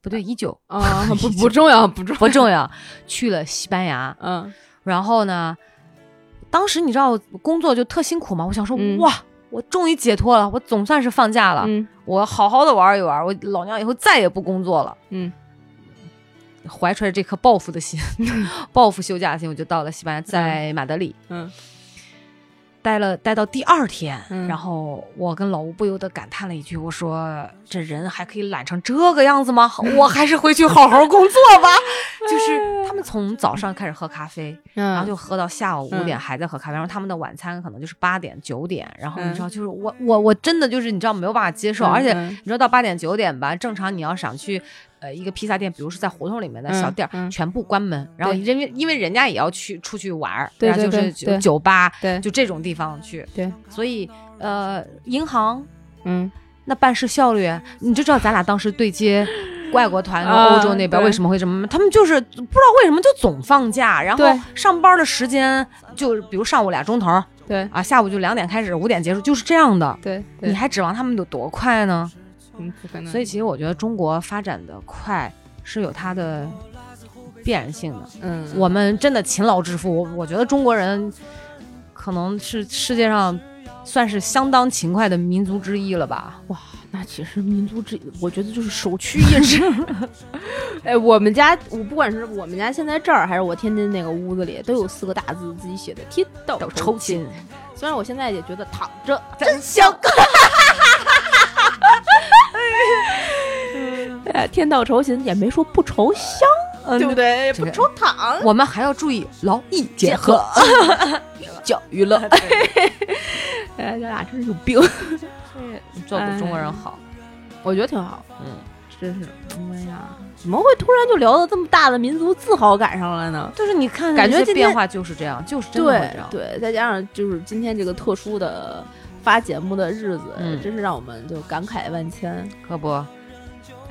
S4: 不对一九
S3: 啊，不 不重要，不重要。
S4: 不重要，去了西班牙，
S3: 嗯
S4: 然后呢，当时你知道工作就特辛苦嘛，我想说、
S3: 嗯
S4: 哇。我终于解脱了，我总算是放假了。
S3: 嗯
S4: 我好好的玩一玩，我老娘以后再也不工作了。
S3: 嗯，
S4: 怀揣着这颗报复的 心，报复休假的心，我就到了西班牙，在马德里、
S3: 嗯
S4: 待了待到第二天，
S3: 嗯
S4: 然后我跟老吴不由得感叹了一句：“我说这人还可以懒成这个样子 吗？我还是回去好好工作吧。”就是他们从早上开始喝咖啡，
S3: 嗯，
S4: 然后就喝到下午五
S3: 嗯
S4: 点还在喝咖啡，然后他们的晚餐可能就是八点九点，然后
S3: 嗯
S4: 你知道就是我我我真的就是你知道没有办法接受，
S3: 嗯
S4: 而且
S3: 嗯
S4: 你知道到八点九点吧，正常你要想去呃一个披萨店，比如是在胡同里面的小
S3: 嗯
S4: 店儿，
S3: 嗯
S4: 全部关门，然后因为因为人家也要去出去玩儿，
S3: 对
S4: 然后就
S3: 对对
S4: 是
S3: 对
S4: 酒酒吧
S3: 对
S4: 就这种地方去，
S3: 对，
S4: 所以呃银行
S3: 嗯
S4: 那办事效率，啊你就知道咱俩当时对接外国团
S3: 啊
S4: 欧洲那边
S3: 对
S4: 为什么会这么，他们就是不知道为什么就总放假，然后
S3: 对
S4: 上班的时间就比如上午俩钟头
S3: 对
S4: 啊，下午就两点开始，五点结束，就是这样的。
S3: 对对，
S4: 你还指望他们有多快呢？
S3: 嗯不可能
S4: 所以其实我觉得中国发展的快是有它的必然性的。
S3: 嗯
S4: 我们真的勤劳致富，我我觉得中国人可能是世界上算是相当勤快的民族之一了吧。
S3: 那其实民族之，我觉得就是首屈一指。 哎，我们家我不管是我们家现在这儿，还是我天津那个屋子里，都有四个大字自己写的“天道
S4: 都
S3: 酬
S4: 抽筋。
S3: 虽然我现在也觉得躺着
S4: 真香！
S3: 哎，天道酬勤也没说不酬香，嗯对不对？也
S4: 这
S3: 不
S4: 个
S3: 酬躺，
S4: 我们还要注意劳逸哎结合。
S3: 教育了。哎，咱俩真是有病。
S4: 做比中国人好，
S3: 我觉得挺好，
S4: 嗯，
S3: 真是。哎呀，怎么会突然就聊到这么大的民族自豪感上了呢？
S4: 就是你看，
S3: 感觉今天
S4: 变化就是这样，就是真的会
S3: 对
S4: 这样。
S3: 对，再加上就是今天这个特殊的发节目的日子，
S4: 嗯
S3: 真是让我们就感慨万千。
S4: 可不。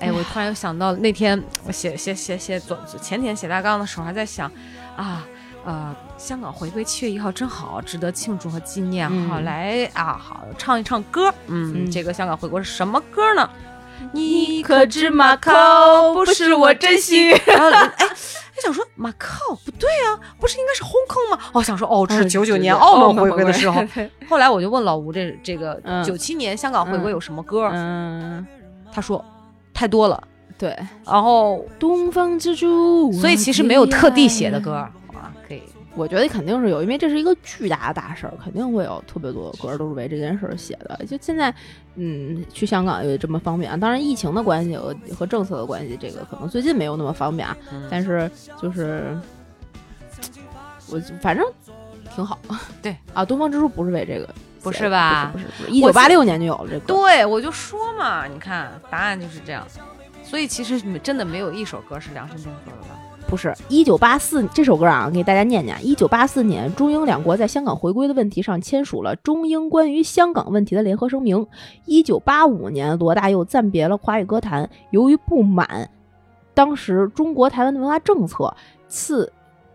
S4: 哎，我突然又想到那天我写写写写昨前天写大纲的时候，还在想啊。呃，香港回归七月一号真好，值得庆祝和纪念。好
S3: 嗯
S4: 来啊，好唱一唱歌。嗯，
S3: 嗯
S4: 这个香港回归是什么歌呢？
S3: 你可知马靠不是我珍惜，
S4: 然后哎，还想说马靠不对啊，不是应该是 Hong Kong 吗？哦，想说哦，这是
S3: 嗯
S4: 九九
S3: 对
S4: 年
S3: 对
S4: 澳
S3: 澳
S4: 门
S3: 门
S4: 回
S3: 回
S4: 归的
S3: 归
S4: 时候，后来我就问老吴这这个
S3: 嗯
S4: 九七年香港回归有什么歌儿，
S3: 嗯，
S4: 他说太多了，
S3: 对，
S4: 然后
S3: 东方之珠。
S4: 所以其实没有特地写的歌儿啊，可以
S3: 我觉得肯定是有，因为这是一个巨大的大事儿，肯定会有特别多的歌都是为这件事儿写的。就现在，嗯，去香港也这么方便啊，当然疫情的关系和和政策的关系，这个可能最近没有那么方便啊，
S4: 嗯
S3: 但是就是我就反正挺好。
S4: 对
S3: 啊，东方之珠不是为这个写的，
S4: 不是吧
S3: 不是不是，一
S4: 我
S3: 九八六年就有了这歌。
S4: 对，我就说嘛，你看答案就是这样，所以其实真的没有一首歌是量身定做的吧。
S3: 不是，一九八四这首歌啊，给大家念念。一九八四年，中英两国在香港回归的问题上签署了中英关于香港问题的联合声明。一九八五年，罗大佑暂别了华语歌坛，由于不满当时中国台湾的文化政策，次，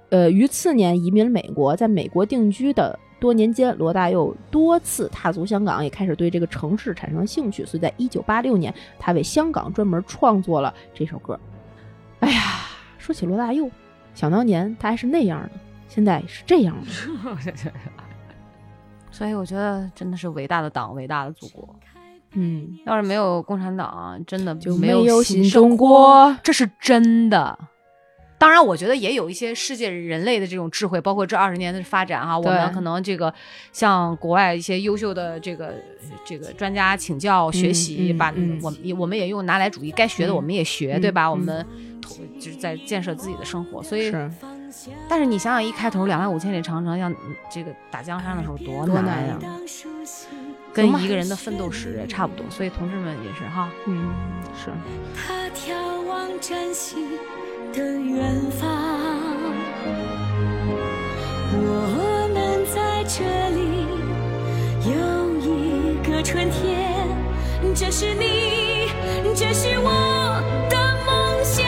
S3: 呃，于次年移民美国，在美国定居的。多年间，罗大佑多次踏足香港，也开始对这个城市产生了兴趣，所以在一九八六年，他为香港专门创作了这首歌。哎呀，说起罗大佑，想当年他还是那样的，现在是这样的。
S4: 所以我觉得真的是伟大的党，伟大的祖国。
S3: 嗯，
S4: 要是没有共产党，真的
S3: 就
S4: 没
S3: 没有
S4: 新
S3: 新
S4: 中
S3: 中国
S4: 这是真的。当然，我觉得也有一些世界人类的这种智慧，包括这二十年的发展哈，我
S3: 对
S4: 们可能这个向国外一些优秀的这个这个专家请教学习，
S3: 嗯
S4: 把
S3: 嗯
S4: 我们、我们也用拿来主义，该学的
S3: 嗯
S4: 我们也学，
S3: 嗯
S4: 对吧？
S3: 嗯
S4: 我们投就是在建设自己的生活，所以
S3: 是
S4: 但是你想想，一开头两万五千里长城要这个打江山的时候多
S3: 多
S4: 难
S3: 难
S4: 呀、
S3: 呀
S4: 跟一个人的奋斗史也差不多。所以同志们也是哈，
S3: 嗯，是
S6: 他眺望崭新的远方，我们在这里有一个春天，这是你，这是我的梦想。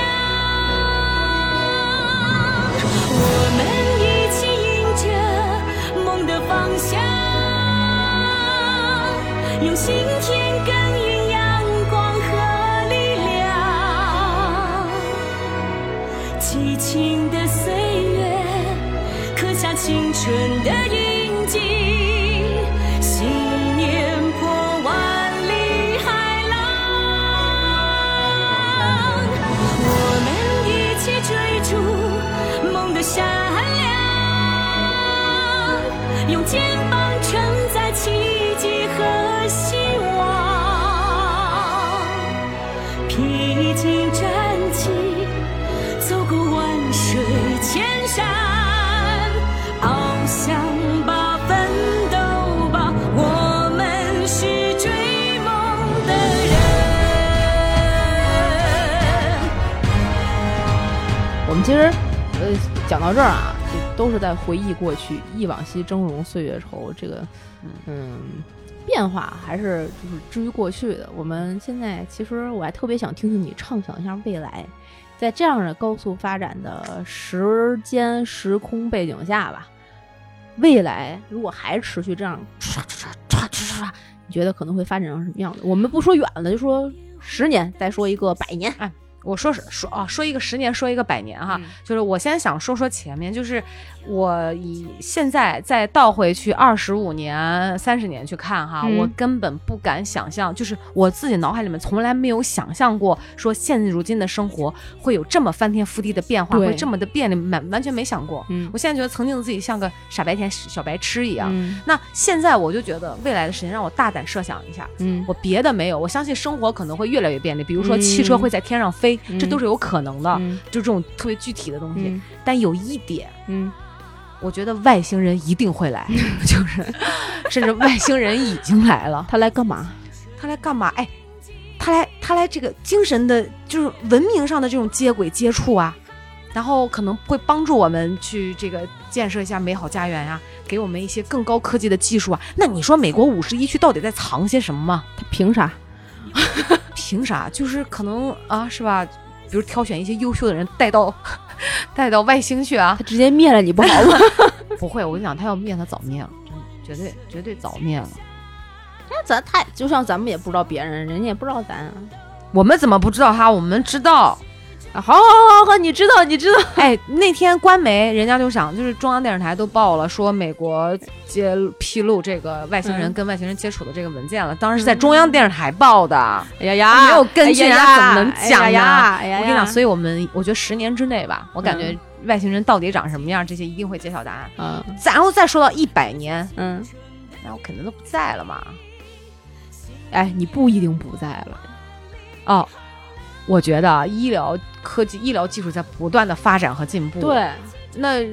S6: 已经站起，走过万水千山，翱翔吧，奋斗吧，我们是追梦的人。
S3: 我们其实，呃，讲到这儿啊，就都是在回忆过去，忆往昔峥嵘岁月稠。这个，嗯，变化还是就是至于过去的。我们现在其实我还特别想听听你畅想一下未来，在这样的高速发展的时间时空背景下吧，未来如果还持续这样唰唰唰唰唰唰，你觉得可能会发展成什么样子？我们不说远了，就说十年，再说一个百年。
S4: 我说是说啊，说一个十年，说一个百年
S3: 嗯
S4: 哈，就是我先想说说前面，就是我以现在再倒回去二十五年、三十年去看哈，
S3: 嗯
S4: 我根本不敢想象，就是我自己脑海里面从来没有想象过，说现如今的生活会有这么翻天覆地的变化，
S3: 对
S4: 会这么的变得满，完全没想过。
S3: 嗯
S4: 我现在觉得曾经的自己像个傻白甜、小白痴一样。
S3: 嗯
S4: 那现在我就觉得未来的时间让我大胆设想一下，
S3: 嗯
S4: 我别的没有，我相信生活可能会越来越便利，比如说汽车
S3: 嗯
S4: 会在天上飞，
S3: 嗯
S4: 这都是有可能的，
S3: 嗯
S4: 就这种特别具体的东西。
S3: 嗯
S4: 但有一点，
S3: 嗯。
S4: 我觉得外星人一定会来， 就是甚至外星人已经来了，
S3: 他来干嘛？
S4: 他来干嘛？哎，他来他来这个精神的，就是文明上的这种接轨接触啊。然后可能会帮助我们去这个建设一下美好家园呀、啊给我们一些更高科技的技术啊。那你说美国五十一区到底在藏些什么吗？
S3: 他凭啥？
S4: 凭啥？就是可能啊，是吧？比如挑选一些优秀的人带到 带到外星去啊
S3: 他？直接灭了你不好吗？
S4: 不会，我跟你讲，他要灭他早灭了，真的，绝对绝对早灭了。
S3: 那 咱太就像咱们也不知道别人，人家也不知道咱啊。
S4: 我们怎么不知道他？我们知 道。
S3: 啊好好好好，你知道你知道。
S4: 哎，那天官媒人家就想，就是中央电视台都报了，说美国揭披露这个外星人
S3: 嗯
S4: 跟外星人接触的这个文件了。当然是在中央电视台报的，
S3: 哎呀呀
S4: 没有根据
S3: 哎呀
S4: 人
S3: 呀
S4: 家怎么
S3: 哎
S4: 能讲呢
S3: 呀呀哎呀呀
S4: 我跟你讲，所以我们我觉得十年之内吧，我感觉外星人到底长什么样，这些一定会揭晓答案。
S3: 嗯
S4: 然后再说到一百年，
S3: 嗯，
S4: 那我肯定都不在了嘛。
S3: 哎，你不一定不在了。
S4: 哦，我觉得啊医疗科技、医疗技术在不断的发展和进步。，
S3: 对，
S4: 那，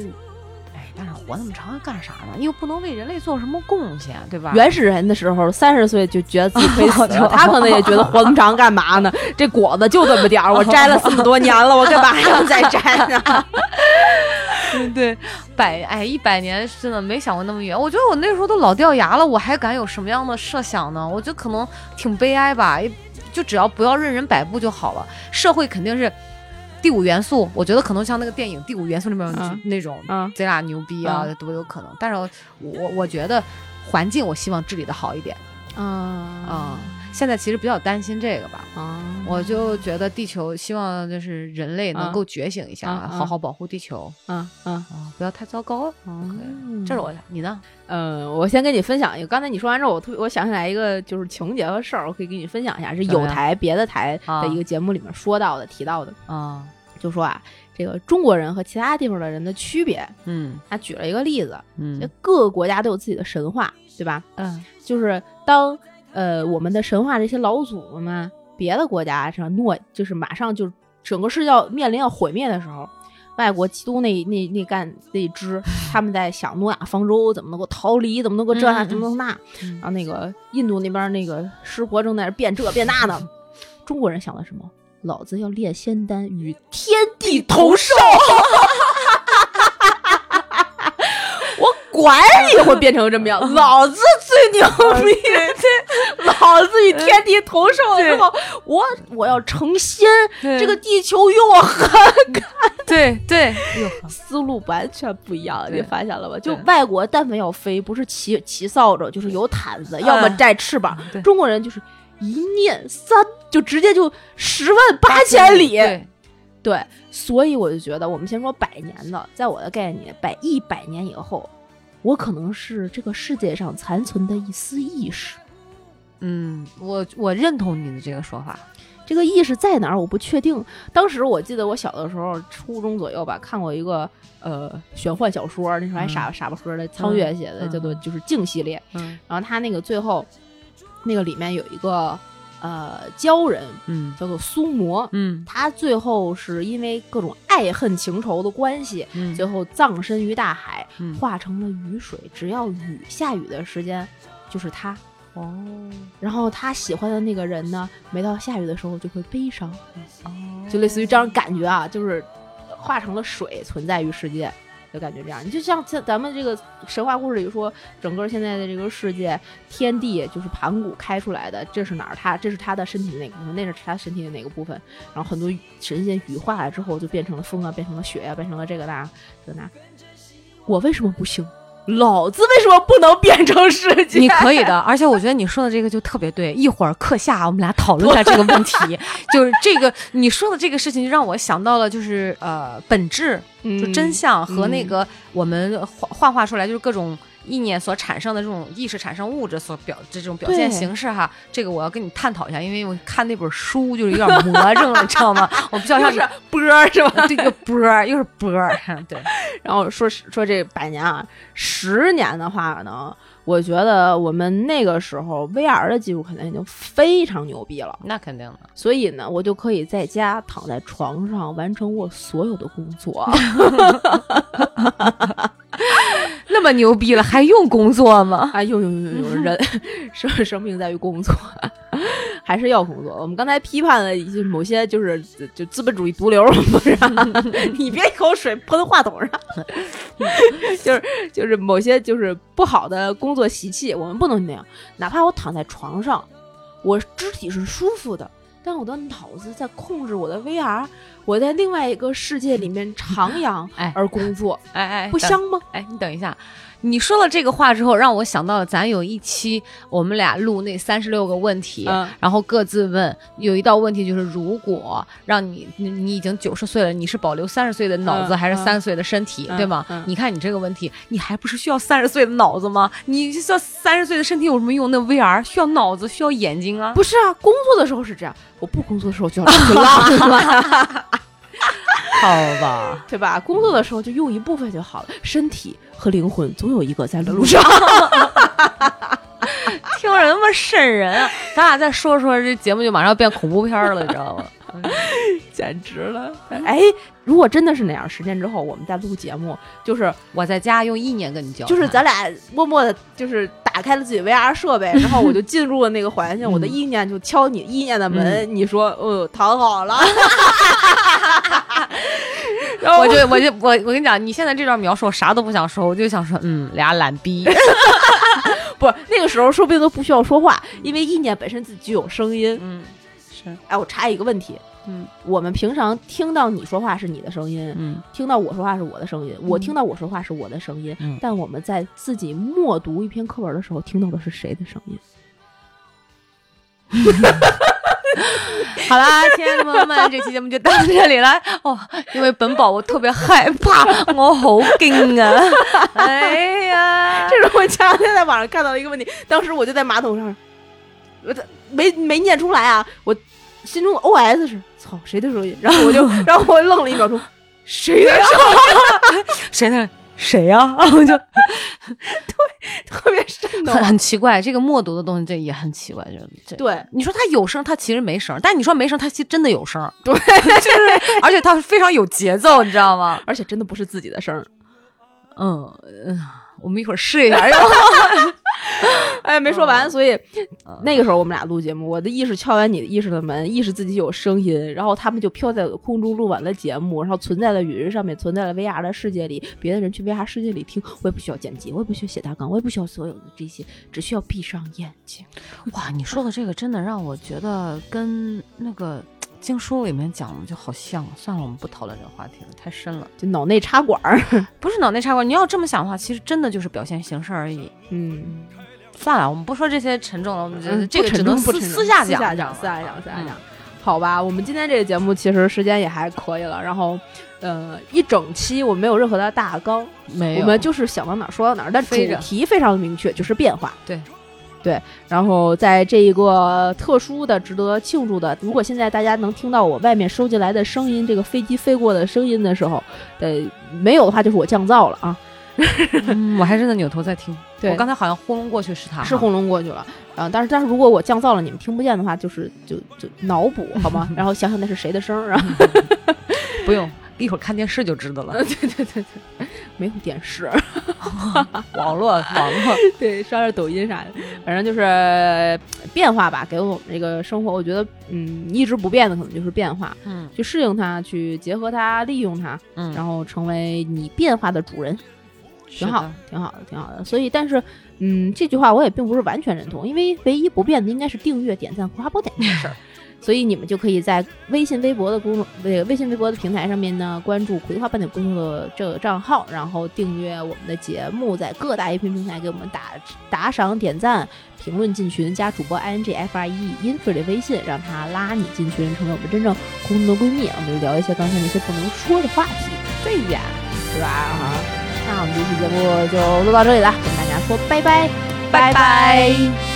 S4: 哎，但是活那么长干啥呢？又不能为人类做什么贡献，对吧？
S3: 原始人的时候，三十岁就觉得自己可以死了， 他可能也觉得活那么长干嘛 呢？这果子就这么点儿，我摘了这么多年了，我干嘛要再摘 呢？
S4: 对，百哎一百年真的没想过那么远。我觉得我那时候都老掉牙了，我还敢有什么样的设想呢？我觉得可能挺悲哀吧，也就只要不要任人摆布就好了。社会肯定是第五元素，我觉得可能像那个电影《第五元素》里面有
S3: 嗯
S4: 那种
S3: 嗯
S4: 贼俩牛逼啊，都有可能。但是我我我觉得环境我希望治理的好一点啊、
S3: 啊
S4: 现在其实比较担心这个吧。
S3: 啊！
S4: 我就觉得地球，希望就是人类能
S3: 嗯
S4: 够觉醒一下，
S3: 嗯嗯
S4: 好好保护地球
S3: 嗯嗯
S4: 啊、不要太糟糕。
S3: 嗯，
S4: 这是我的，你呢？
S3: 嗯，我先跟你分享一个，刚才你说完之后，我特别我想起来一个就是情节和事儿，我可以给你分享一下，是
S4: 怎么
S3: 有
S4: 样
S3: 台别的台
S4: 啊
S3: 的一个节目里面说到的、提到的，
S4: 啊，
S3: 就说啊，这个中国人和其他地方的人的区别，
S4: 嗯
S3: 他举了一个例子，就
S4: 嗯
S3: 各个国家都有自己的神话，对吧？
S4: 嗯
S3: 就是当呃我们的神话这些老祖宗们，别的国家上诺就是马上就整个世界要面临要毁灭的时候，外国基督那那那干那 支，他们在想诺亚方舟怎么能够逃离，怎么能够这那
S4: 嗯嗯
S3: 怎么能那，然后那个印度那边那个湿婆正在那变这变 那呢，中国人想的什么？老子要炼仙丹，与天地同寿。我管你会变成这么样， 老子最牛逼！对， 老子与天地同寿之后，我我要成仙，
S4: 对
S3: 这个地球与我和
S4: 对对，
S3: 思路完全不一样，
S4: 对
S3: 你发现了吧？就
S4: 对
S3: 外国但凡要飞，不是骑骑扫帚，就是有毯 子，要么带翅膀。
S4: 对
S3: 中国人就是一念三，就直接就十万八千里。
S4: 对
S3: 对，所以我就觉得，我们先说百年的，在我的概念里，百一百年以后，我可能是这个世界上残存的一丝意识。
S4: 嗯，我我认同你的这个说法。
S3: 这个意识在哪儿，我不确定。当时我记得我小的时候，初中左右吧，看过一个呃玄幻小说，那时候
S7: 嗯
S3: 还傻、傻不呵的，苍月写的，
S4: 嗯
S3: 叫做就是《静》系列。
S4: 嗯
S3: 然后他那个最后那个里面有一个呃鲛人，
S7: 嗯
S3: 叫做苏魔，
S7: 嗯
S3: 他最后是因为各种爱恨情仇的关系，
S7: 嗯
S3: 最后葬身于大海，
S7: 嗯
S3: 化成了雨水。只要雨下雨的时间，就是他。
S7: 哦
S3: 然后他喜欢的那个人呢，每到下雨的时候就会悲伤，
S4: 哦
S3: 就类似于这样感觉啊，就是化成了水存在于世界，就感觉这样。你就像像咱们这个神话故事里说，整个现在的这个世界，天地就是盘古开出来的，这是哪儿？他这是他的身体的哪个部分？那是他身体的哪个部分？然后很多神仙羽化了之后，就变成了风啊，变成了雪啊，变成了这个那这个那。我为什么不行？老子为什么不能变成世界？
S4: 你可以的，而且我觉得你说的这个就特别对。一会儿课下我们俩讨论一下这个问题， 就是这个你说的这个事情，让我想到了就是呃本质，就真相和那个我们幻幻化出来就是各种意念所产生的这种意识产生物质所表这种表现
S3: 对
S4: 形式哈。这个我要跟你探讨一下，因为我看那本书就是有点魔怔了，你知道吗？我不知道像是
S7: 波儿是吧？
S4: 这个波儿又是波儿，对，
S3: 然后说说这百年啊，十年的话呢，我觉得我们那个时候 VR 的技术肯定已经非常牛逼了，
S4: 那肯定的。
S3: 所以呢，我就可以在家躺在床上完成我所有的工作。
S4: 那么牛逼了，还用工作吗？
S3: 啊，有有有有有 人生生命在于工作，还是要工作。我们刚才批判了一些某些就是就资本主义毒瘤，不是啊、 你别一口水喷话筒上，就是就是某些就是不好的工作习气，我们不能那样。哪怕我躺在床上，我肢体是舒服的。但我的脑子在控制我的 VR，我在另外一个世界里面徜徉
S4: 哎
S3: 而工作，
S4: 哎哎，
S3: 不
S4: 等
S3: 香吗？
S4: 哎，你等一下，你说了这个话之后，让我想到了咱有一期我们俩录那三十六个问题，
S3: 嗯
S4: 然后各自问，有一道问题就是，如果让你你你已经九十岁了，你是保留三十岁的脑子
S3: 嗯
S4: 还是
S3: 嗯
S4: 三十岁的身体，
S3: 嗯
S4: 对吗？
S3: 嗯
S4: 你看你这个问题，你还不是需要三十岁的脑子吗？你这三十岁的身体有什么用？那 VR 需要脑子，需要眼睛啊。
S3: 不是啊，工作的时候是这样，我不工作的时候就要去浪了，
S4: 好吧，
S3: 对吧？工作的时候就用一部分就好了，身体和灵魂总有一个在路上。
S4: 听着那么瘆人啊！咱俩再说说，这节目就马上要变恐怖片儿了，你知道吗？
S3: 简直了！哎，如果真的是那样，十年之后我们再录节目，就是
S4: 我在家用意念跟你交
S3: 就是
S4: 谈
S3: 咱俩默默的，就是打开了自己 VR 设备，然后我就进入了那个环境，我的意念就敲你意念的门，你说，哦，躺好了，然后
S4: 哦我就我就我我跟你讲，你现在这段描述我啥都不想说，我就想说，嗯，俩懒 逼，
S3: 不那个时候说不定都不需要说话，因为意念本身自己就有声音，
S4: 嗯，
S3: 哎，我插一个问题，
S4: 嗯，
S3: 我们平常听到你说话是你的声音，
S4: 嗯，
S3: 听到我说话是我的声音，我听到我说话是我的声音，
S4: 嗯
S3: 但我们在自己默读一篇课文的时候，听到的是谁的声音？
S4: 好啦，亲爱的朋友们，这期节目就到这里了。哦，因为本宝我特别害怕，我好惊啊！哎呀，
S3: 这是我前两天在网上看到的一个问题，当时我就在马桶上，我在没没念出来啊，我心中 OS 是操谁的声音，然后我 就然后我愣了一秒钟，谁的声音
S4: 谁呢？谁啊呀、我就
S3: 特别瘆得
S4: 很
S3: 慌？
S4: 很奇怪，这个默读的东西这也很奇怪，这这。
S3: 对，
S4: 你说他有声，他其实没声；但你说没声，他其实真的有声。对， 就是，而且他非常有节奏，你知道吗？
S3: 而且真的不是自己的声儿，
S4: 嗯，嗯我们一会儿试一下。
S3: 哎，没说
S4: 哦
S3: 完，所以
S4: 嗯
S3: 那个时候我们俩录节目，我的意识敲完你的意识的门，意识自己有声音，然后他们就飘在空中录完了节目，然后存在了云上面，存在了 VR 的世界里，别的人去 VR 世界里听，我也不需要剪辑，我也不需要写大纲，我也不需要所有的这些，只需要闭上眼睛。
S4: 哇，你说的这个真的让我觉得跟那个经书里面讲的就好像。算了，我们不讨论这个话题了，太深了。
S3: 就脑内插管儿，
S4: 不是脑内插管，你要这么想的话，其实真的就是表现形式而已。
S3: 嗯，
S4: 算了，我们不说这些沉重了，我们觉得
S3: 嗯
S4: 这个
S3: 不
S4: 只
S3: 沉
S4: 能
S3: 重不
S4: 私
S3: 沉重
S4: 私下
S3: 私下
S4: 讲，
S3: 讲，私下讲，私下
S4: 嗯
S3: 讲。好吧，我们今天这个节目其实时间也还可以了，然后，呃，一整期我没有任何的大纲，
S4: 没有，
S3: 我们就是想到哪儿说到哪儿，但主
S4: 飞着
S3: 题非常明确，就是变化。
S4: 对。
S3: 对，然后在这一个特殊的、值得庆祝的，如果现在大家能听到我外面收进来的声音，这个飞机飞过的声音的时候，呃，没有的话就是我降噪了啊。
S4: 嗯我还真的扭头在听。
S3: 对
S4: 我刚才好像轰隆过去是他，
S3: 是。轰隆过去了。然后，但是但是如果我降噪了，你们听不见的话，就是就就脑补好 吗？然后想想那是谁的声儿，然后
S4: 嗯不用，一会儿看电视就知道了。
S3: 对对对对，没有电视，
S4: 网络，网络，
S3: 对，刷刷抖音啥的，反正就是呃变化吧，给我们这个生活，我觉得嗯，一直不变的可能就是变化，
S4: 嗯
S3: 去适应它，去结合它，利用它，
S4: 嗯，
S3: 然后成为你变化的主人。挺好
S4: 是的，
S3: 挺好的，挺好的。所以，但是，嗯，这句话我也并不是完全认同，因为唯一不变的应该是订阅、点赞、夸褒点这件事 儿。所以你们就可以在微信、微博的公众、那个微信、微博的平台上面呢，关注“葵花半岛公众”的这个账号，然后订阅我们的节目，在各大音频平台给我们打打赏、点赞、评论、进群，加主播 i n g f r e 音水的微信，让他拉你进群，成为我们真正空中的闺蜜。我们就聊一些刚才那些不能说的话题，对呀，对吧？啊。那我们这期节目就录到这里了，跟大家说拜拜，拜拜